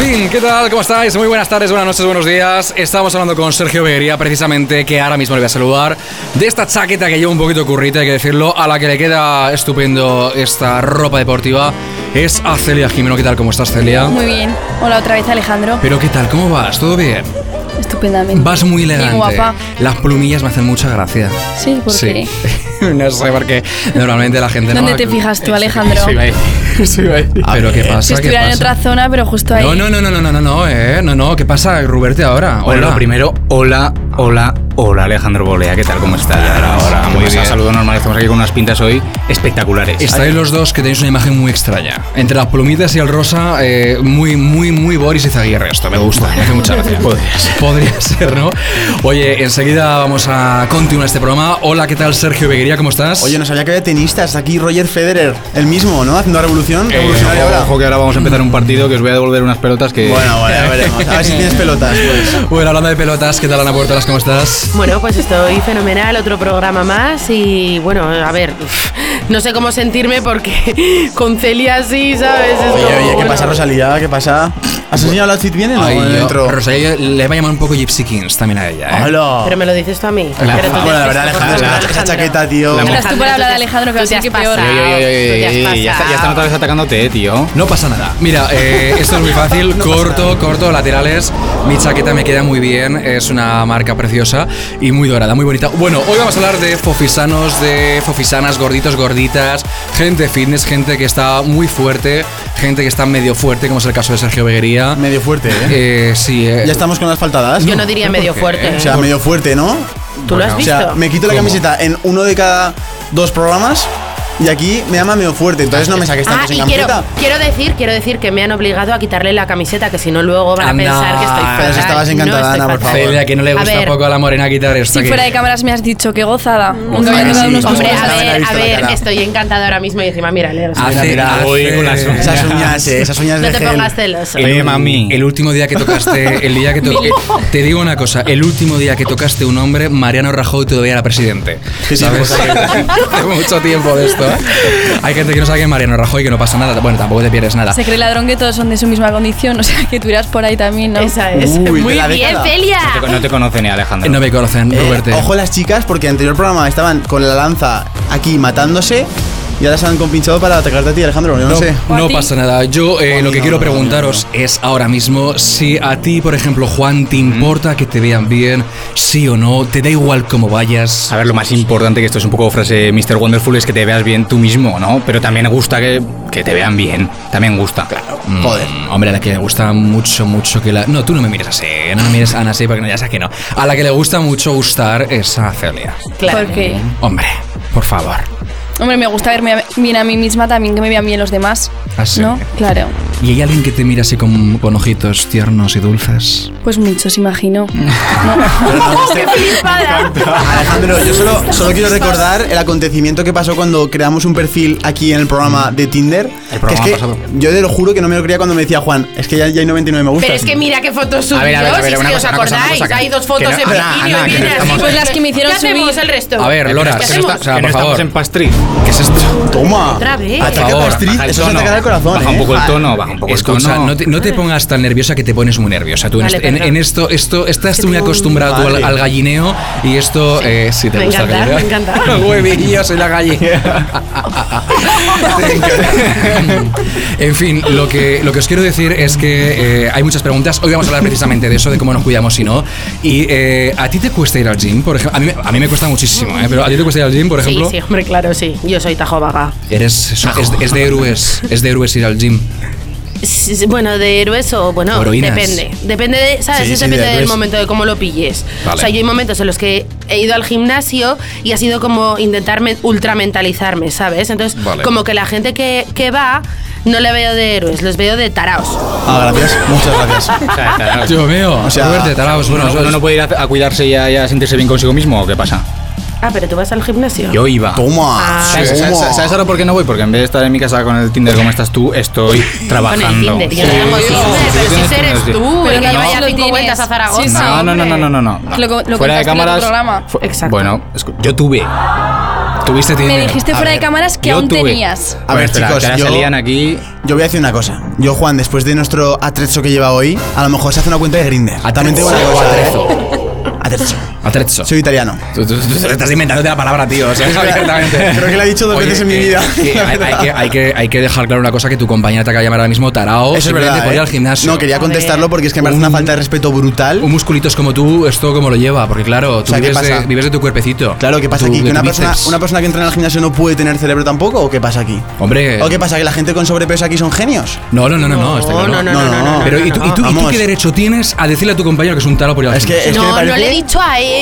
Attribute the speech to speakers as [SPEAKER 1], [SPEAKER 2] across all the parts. [SPEAKER 1] Morning, ¿qué tal? ¿Cómo estáis? Muy buenas tardes, buenas noches, buenos días. Estamos hablando con Sergio Beguería, precisamente, que ahora mismo le voy a saludar, de esta chaqueta que lleva un poquito currita, hay que decirlo, a la que le queda estupendo esta ropa deportiva, es a Celia Jimeno. ¿Qué tal? ¿Cómo estás, Celia?
[SPEAKER 2] Muy bien. Hola otra vez, Alejandro.
[SPEAKER 1] Pero ¿qué tal? ¿Cómo vas? ¿Todo bien?
[SPEAKER 2] Estupendamente.
[SPEAKER 1] Vas muy
[SPEAKER 2] Bien
[SPEAKER 1] elegante.
[SPEAKER 2] guapa.
[SPEAKER 1] Las plumillas me hacen mucha gracia.
[SPEAKER 2] Sí, ¿por qué?
[SPEAKER 1] no sé, porque normalmente la gente
[SPEAKER 2] ¿Dónde
[SPEAKER 1] no...
[SPEAKER 2] te fijas tú, Alejandro?
[SPEAKER 1] Sí, me- sí, me- Pero ¿qué pasa?
[SPEAKER 2] Si
[SPEAKER 1] ¿Qué
[SPEAKER 2] estuviera en
[SPEAKER 1] pasa?
[SPEAKER 2] otra zona, pero justo ahí.
[SPEAKER 1] No, no, no, no, no, no, no, no, eh. No, no, ¿qué pasa, Ruberte, ahora?
[SPEAKER 3] Bueno, lo primero, hola, hola, hola, Alejandro Bolea, ¿qué tal? ¿Cómo estás? Ya era hora.
[SPEAKER 1] Muy
[SPEAKER 3] Muy
[SPEAKER 1] bien.
[SPEAKER 3] bien. Saludo normal, estamos aquí con unas pintas hoy espectaculares.
[SPEAKER 1] Estáis los dos que tenéis una imagen muy extraña. Entre las plumitas y el rosa, eh, muy, muy, muy Boris y Zaguirre. Esto me gusta, me hace mucha gracia.
[SPEAKER 3] Podría ser.
[SPEAKER 1] Podría ser, ¿no? Oye, enseguida vamos a continuar este programa. Hola, ¿qué tal, Sergio Beguería? ¿Cómo estás? Eh,
[SPEAKER 4] Oye, no sabía que había tenistas. Aquí Roger Federer, el mismo, ¿no? Haciendo revolución.
[SPEAKER 3] Eh,
[SPEAKER 4] Revolucionario
[SPEAKER 3] ojo,
[SPEAKER 4] ahora.
[SPEAKER 3] ojo, que ahora vamos a empezar un partido que os voy a devolver unas pelotas que...
[SPEAKER 4] Bueno, bueno, ya veremos. A ver si tienes pelotas, pues.
[SPEAKER 1] Bueno, hablando de pelotas, ¿qué tal, Ana Puertas? ¿Cómo estás?
[SPEAKER 5] Bueno, pues estoy fenomenal, otro programa más y bueno, a ver, uf, no sé cómo sentirme porque con Celia sí, ¿sabes? Es como,
[SPEAKER 4] Oye, oye, ¿qué
[SPEAKER 5] bueno.
[SPEAKER 4] pasa, Rosalía? ¿Qué pasa? ¿Has enseñado el outfit bien o no? Eh,
[SPEAKER 1] Ay, yo-
[SPEAKER 4] dentro?
[SPEAKER 1] Rosalía le va a llamar un poco Gypsy Kings también a ella, ¿eh?
[SPEAKER 4] Hola.
[SPEAKER 5] Pero me lo dices tú a mí.
[SPEAKER 1] La-
[SPEAKER 5] Pero tú te
[SPEAKER 4] bueno, la
[SPEAKER 5] has
[SPEAKER 4] verdad,
[SPEAKER 5] puesto
[SPEAKER 4] Alejandro,
[SPEAKER 5] con
[SPEAKER 4] la- esa chaqueta, tío.
[SPEAKER 3] La
[SPEAKER 2] Ahora tú para hablar de Alejandro, que
[SPEAKER 5] tú
[SPEAKER 2] lo
[SPEAKER 5] te has
[SPEAKER 2] tienes que peor.
[SPEAKER 5] pasado,
[SPEAKER 3] Ey, ey, ey, ey,
[SPEAKER 5] tú te has
[SPEAKER 3] ey, ya, está- ya están
[SPEAKER 5] pasado.
[SPEAKER 3] otra vez atacándote, eh, tío.
[SPEAKER 1] No pasa nada. Mira, eh, esto es muy fácil. corto, corto, laterales. Mi chaqueta me queda muy bien. Es una marca preciosa y muy dorada, muy bonita. Bueno, hoy vamos a hablar de fofisanos, de fofisanas, gorditos, gorditas, gente fitness, gente que está muy fuerte, gente que está medio fuerte, como es el caso de Sergio Beguería.
[SPEAKER 4] Medio fuerte, ¿eh?
[SPEAKER 1] Eh, sí, eh.
[SPEAKER 4] Ya estamos con las faltadas.
[SPEAKER 5] Yo no diría medio
[SPEAKER 1] qué?
[SPEAKER 5] fuerte.
[SPEAKER 4] O sea,
[SPEAKER 5] ¿eh?
[SPEAKER 4] medio fuerte, ¿no?
[SPEAKER 5] ¿Tú lo has
[SPEAKER 4] O
[SPEAKER 5] visto?
[SPEAKER 4] sea, me quito la
[SPEAKER 1] ¿Cómo?
[SPEAKER 4] camiseta en uno de cada dos programas y aquí me llama medio fuerte. Entonces no me saques
[SPEAKER 5] Ah,
[SPEAKER 4] tantos en
[SPEAKER 5] y quiero,
[SPEAKER 4] camiseta.
[SPEAKER 5] quiero decir, quiero decir que me han obligado a quitarle la camiseta, que si no luego van a
[SPEAKER 1] Anda.
[SPEAKER 5] pensar que estoy
[SPEAKER 1] Pero
[SPEAKER 5] fatal.
[SPEAKER 4] si estabas
[SPEAKER 5] No
[SPEAKER 4] encantada,
[SPEAKER 5] estoy
[SPEAKER 4] Ana, por
[SPEAKER 5] fatal.
[SPEAKER 4] favor.
[SPEAKER 1] Celia, que no le
[SPEAKER 5] A
[SPEAKER 1] gusta
[SPEAKER 5] ver,
[SPEAKER 1] poco a la morena quitar esto.
[SPEAKER 2] Si
[SPEAKER 1] que-
[SPEAKER 2] fuera de cámaras me has dicho que gozada. Nunca
[SPEAKER 4] Ostras,
[SPEAKER 2] había notado
[SPEAKER 4] sí.
[SPEAKER 2] unos
[SPEAKER 5] Hombre,
[SPEAKER 4] Ostras,
[SPEAKER 5] a
[SPEAKER 4] no me la he
[SPEAKER 5] ver, a
[SPEAKER 4] visto la
[SPEAKER 5] ver,
[SPEAKER 4] cara.
[SPEAKER 5] estoy encantada ahora mismo y encima, mira, le
[SPEAKER 3] Ah,
[SPEAKER 1] Hace- hace-
[SPEAKER 3] Uy, con las uñas.
[SPEAKER 4] Esas uñas, eh, esas uñas
[SPEAKER 5] No
[SPEAKER 4] de
[SPEAKER 5] te
[SPEAKER 4] gel.
[SPEAKER 5] pongas celoso.
[SPEAKER 3] Oye, mami.
[SPEAKER 1] El último día que tocaste, el día que tocaste, te digo una cosa, el último día que tocaste un hombre, Mariano Rajoy todavía era presidente.
[SPEAKER 4] Sí, sí,
[SPEAKER 1] ¿Sabes?
[SPEAKER 4] pues,
[SPEAKER 1] Hace mucho tiempo de esto. ¿eh? Hay gente que no sabe quién es Mariano Rajoy, que no pasa nada. Bueno, tampoco te pierdes nada.
[SPEAKER 2] Se cree ladrón que todos son de su misma condición, o sea, que tú irás por ahí también, ¿no?
[SPEAKER 5] Esa es.
[SPEAKER 4] Uy, de
[SPEAKER 5] Muy
[SPEAKER 4] la
[SPEAKER 5] bien,
[SPEAKER 4] década.
[SPEAKER 5] Celia.
[SPEAKER 3] No te- No te conoce ni Alejandro.
[SPEAKER 1] No me conocen,
[SPEAKER 4] Eh,
[SPEAKER 1] Roberto.
[SPEAKER 4] ojo las chicas, porque en el anterior programa estaban con la lanza aquí matándose y ahora se han compinchado para atacarte a ti, Alejandro. Yo no,
[SPEAKER 1] No,
[SPEAKER 4] sé.
[SPEAKER 1] no
[SPEAKER 2] O a ti.
[SPEAKER 1] pasa nada. Yo eh,
[SPEAKER 4] O a mí
[SPEAKER 1] lo que
[SPEAKER 4] no,
[SPEAKER 1] quiero
[SPEAKER 4] no, no,
[SPEAKER 1] preguntaros es ahora mismo si a ti, por ejemplo, Juan,
[SPEAKER 4] Mm.
[SPEAKER 1] te importa que te vean bien, sí o no, te da igual cómo vayas.
[SPEAKER 3] A ver, lo más importante, que esto es un poco frase Mr. Wonderful, es que te veas bien tú mismo, ¿no? Pero también gusta que, que te vean bien. También gusta. Claro.
[SPEAKER 4] Joder.
[SPEAKER 1] Mm, Hombre, a la que le gusta mucho, mucho que la. No, tú no me mires así, no me mires Ana así, porque no, ya sabes que no. A la que le gusta mucho gustar es a Celia.
[SPEAKER 5] Claro.
[SPEAKER 2] Porque,
[SPEAKER 1] Hombre, por favor.
[SPEAKER 2] hombre, me gusta verme bien a mí misma también, que me vean bien los demás.
[SPEAKER 1] Ah, sí.
[SPEAKER 2] ¿No? Claro.
[SPEAKER 1] ¿Y hay alguien que te mira así con, con ojitos tiernos y dulces?
[SPEAKER 2] Pues muchos, imagino.
[SPEAKER 5] Oh,
[SPEAKER 4] Alejandro, yo solo, solo quiero recordar el acontecimiento que pasó cuando creamos un perfil aquí en el programa de Tinder.
[SPEAKER 3] El programa
[SPEAKER 4] que es que
[SPEAKER 3] pasado.
[SPEAKER 4] yo te lo juro que no me lo creía cuando me decía Juan, es que ya, ya hay 99 me gustas.
[SPEAKER 5] Pero es que mira qué fotos subió,
[SPEAKER 3] A ver, a ver, a ver,
[SPEAKER 5] si es
[SPEAKER 3] una
[SPEAKER 5] que os
[SPEAKER 3] cosa, una cosa, una
[SPEAKER 5] acordáis,
[SPEAKER 3] cosa, que-
[SPEAKER 5] hay dos
[SPEAKER 3] que
[SPEAKER 5] fotos
[SPEAKER 3] no-
[SPEAKER 5] en
[SPEAKER 3] Ana,
[SPEAKER 5] bikini
[SPEAKER 3] Ana,
[SPEAKER 5] y
[SPEAKER 3] que
[SPEAKER 5] viene
[SPEAKER 3] no
[SPEAKER 5] así.
[SPEAKER 3] estamos-
[SPEAKER 2] Pues las que me hicieron
[SPEAKER 5] ¿Qué hacemos
[SPEAKER 2] subir?
[SPEAKER 5] el resto?
[SPEAKER 1] A ver, Lora,
[SPEAKER 5] ¿qué
[SPEAKER 1] que no
[SPEAKER 5] hacemos?
[SPEAKER 1] está- o sea, por favor.
[SPEAKER 3] pastry.
[SPEAKER 1] ¿Qué es esto?
[SPEAKER 4] Toma.
[SPEAKER 5] Otra vez.
[SPEAKER 4] Ataca
[SPEAKER 1] Por
[SPEAKER 4] a
[SPEAKER 1] favor,
[SPEAKER 4] Street,
[SPEAKER 3] baja el
[SPEAKER 4] eso es
[SPEAKER 3] tono.
[SPEAKER 4] atacar al corazón.
[SPEAKER 3] Baja un
[SPEAKER 4] ¿eh?
[SPEAKER 3] poco el tono, baja un poco el
[SPEAKER 1] Escucha,
[SPEAKER 3] tono.
[SPEAKER 1] no te, no te pongas tan nerviosa que te pones muy nerviosa. Tú en,
[SPEAKER 5] Vale,
[SPEAKER 1] este- en-
[SPEAKER 5] perdón.
[SPEAKER 1] en esto, esto estás
[SPEAKER 5] que
[SPEAKER 1] muy
[SPEAKER 5] tengo un-
[SPEAKER 1] acostumbrada tú al,
[SPEAKER 4] Vale.
[SPEAKER 1] al gallineo y esto eh, sí te
[SPEAKER 5] Me
[SPEAKER 1] gusta
[SPEAKER 5] encanta,
[SPEAKER 1] el
[SPEAKER 5] me
[SPEAKER 1] gallineo.
[SPEAKER 5] encanta.
[SPEAKER 1] Huevillos en la gallina. en fin, lo que, lo que os quiero decir es que eh, hay muchas preguntas. Hoy vamos a hablar precisamente de eso, de cómo nos cuidamos si no. Y eh, a ti te cuesta ir al gym, por ejemplo. A mí, me- a mí me cuesta muchísimo, ¿eh? pero a ti te cuesta ir al gym, por
[SPEAKER 5] Sí,
[SPEAKER 1] ejemplo.
[SPEAKER 5] sí, hombre, claro, sí. Yo soy Tajo Vaga.
[SPEAKER 1] Eres, es, es- es de héroes, es de héroes ir al gym.
[SPEAKER 5] Sí, sí, Bueno, de héroes o bueno,
[SPEAKER 1] O heroínas.
[SPEAKER 5] depende. Depende de, ¿sabes?
[SPEAKER 4] Sí,
[SPEAKER 5] Eso
[SPEAKER 4] sí,
[SPEAKER 5] depende
[SPEAKER 4] de
[SPEAKER 5] del
[SPEAKER 4] héroes.
[SPEAKER 5] momento de cómo lo pilles.
[SPEAKER 1] Vale.
[SPEAKER 5] O sea, yo hay momentos en los que he ido al gimnasio y ha sido como intentar men- ultramentalizarme, ¿sabes? Entonces,
[SPEAKER 1] Vale.
[SPEAKER 5] como que la gente que, que va, no le veo de héroes, los veo de taraos.
[SPEAKER 4] Ah, gracias. Muchas gracias.
[SPEAKER 3] O sea, está-
[SPEAKER 1] Yo veo,
[SPEAKER 4] O sea,
[SPEAKER 1] Roberto, Taraos, bueno,
[SPEAKER 3] Uno, uno
[SPEAKER 1] sos-
[SPEAKER 3] no puede ir a, a cuidarse y a, y a sentirse bien consigo mismo o qué pasa?
[SPEAKER 5] Ah, pero tú vas al gimnasio.
[SPEAKER 3] Yo iba.
[SPEAKER 4] Toma.
[SPEAKER 5] Ah.
[SPEAKER 3] ¿Sabes, sabes-
[SPEAKER 4] Toma.
[SPEAKER 3] sabes ahora por qué no voy? Porque en vez de estar en mi casa con el Tinder como estás tú, estoy
[SPEAKER 5] Con el
[SPEAKER 3] trabajando.
[SPEAKER 5] Tinder. Yo no tengo
[SPEAKER 3] Sí,
[SPEAKER 5] Tinder,
[SPEAKER 3] sí,
[SPEAKER 5] pero
[SPEAKER 3] sí,
[SPEAKER 5] si
[SPEAKER 3] sí,
[SPEAKER 5] ese eres
[SPEAKER 3] sí.
[SPEAKER 5] tú,
[SPEAKER 2] Pero
[SPEAKER 5] el que
[SPEAKER 2] no,
[SPEAKER 5] vaya
[SPEAKER 2] lo
[SPEAKER 5] cinco
[SPEAKER 2] tienes.
[SPEAKER 5] vueltas a Zaragoza.
[SPEAKER 2] Sí, sí.
[SPEAKER 3] No, no, no,
[SPEAKER 2] hombre.
[SPEAKER 3] no, no, no, no.
[SPEAKER 2] Lo co- lo
[SPEAKER 3] Fuera
[SPEAKER 2] contaste en
[SPEAKER 3] de
[SPEAKER 2] el
[SPEAKER 3] cámaras.
[SPEAKER 2] programa.
[SPEAKER 3] fu-
[SPEAKER 5] Exacto.
[SPEAKER 3] Bueno, escu- yo tuve Tuviste
[SPEAKER 2] Me
[SPEAKER 3] dinero.
[SPEAKER 2] dijiste
[SPEAKER 3] A
[SPEAKER 2] fuera de
[SPEAKER 3] ver,
[SPEAKER 2] cámaras que
[SPEAKER 3] yo
[SPEAKER 2] aún
[SPEAKER 3] tuve.
[SPEAKER 2] tenías.
[SPEAKER 4] A ver,
[SPEAKER 3] espera,
[SPEAKER 4] chicos,
[SPEAKER 3] que ahora
[SPEAKER 4] yo-
[SPEAKER 3] salían aquí.
[SPEAKER 4] Yo voy a decir una cosa. Yo, Juan, después de nuestro atrezo que lleva hoy, a lo mejor se hace una cuenta de Grinder. También te digo una cosa, ¿eh? Atrezo.
[SPEAKER 1] Atrezzo.
[SPEAKER 4] Soy italiano.
[SPEAKER 1] Tú, tú- tú te estás inventándote la palabra, tío. ¿sabes? Abiertamente.
[SPEAKER 4] Creo que la he dicho dos
[SPEAKER 1] Oye,
[SPEAKER 4] veces en mi
[SPEAKER 1] eh,
[SPEAKER 4] vida.
[SPEAKER 1] que hay, hay que, hay que- hay que dejar claro una cosa: que tu compañera te acaba de llamar ahora mismo tarao.
[SPEAKER 4] Eso es
[SPEAKER 1] simplemente
[SPEAKER 4] verdad.
[SPEAKER 1] por ir
[SPEAKER 4] ¿eh?
[SPEAKER 1] al gimnasio.
[SPEAKER 4] No, quería contestarlo porque es que me parece una falta de respeto brutal.
[SPEAKER 1] Un musculitos como tú, esto como lo lleva, porque claro, tú
[SPEAKER 4] sea, ¿qué
[SPEAKER 1] vives, de,
[SPEAKER 4] pasa?
[SPEAKER 1] vives de tu cuerpecito.
[SPEAKER 4] Claro, ¿qué pasa
[SPEAKER 1] tú-
[SPEAKER 4] aquí?
[SPEAKER 1] de
[SPEAKER 4] ¿Que
[SPEAKER 1] tu
[SPEAKER 4] una persona,
[SPEAKER 1] bíceps.
[SPEAKER 4] una persona que entra en el gimnasio no puede tener cerebro tampoco? ¿O qué pasa aquí?
[SPEAKER 1] Hombre.
[SPEAKER 4] ¿O qué pasa? ¿Que la gente con sobrepeso aquí son genios?
[SPEAKER 1] No, no, no, no, no, está claro.
[SPEAKER 5] no, no, no, no, no, no,
[SPEAKER 1] Pero
[SPEAKER 5] no,
[SPEAKER 1] ¿y tú,
[SPEAKER 5] no.
[SPEAKER 1] y tú- y tú
[SPEAKER 4] Vamos.
[SPEAKER 1] qué derecho tienes a decirle a tu compañero que es un taro por ir al
[SPEAKER 4] Es que,
[SPEAKER 1] gimnasio?
[SPEAKER 4] es que me
[SPEAKER 5] No, no
[SPEAKER 4] parece-
[SPEAKER 5] le he dicho a él.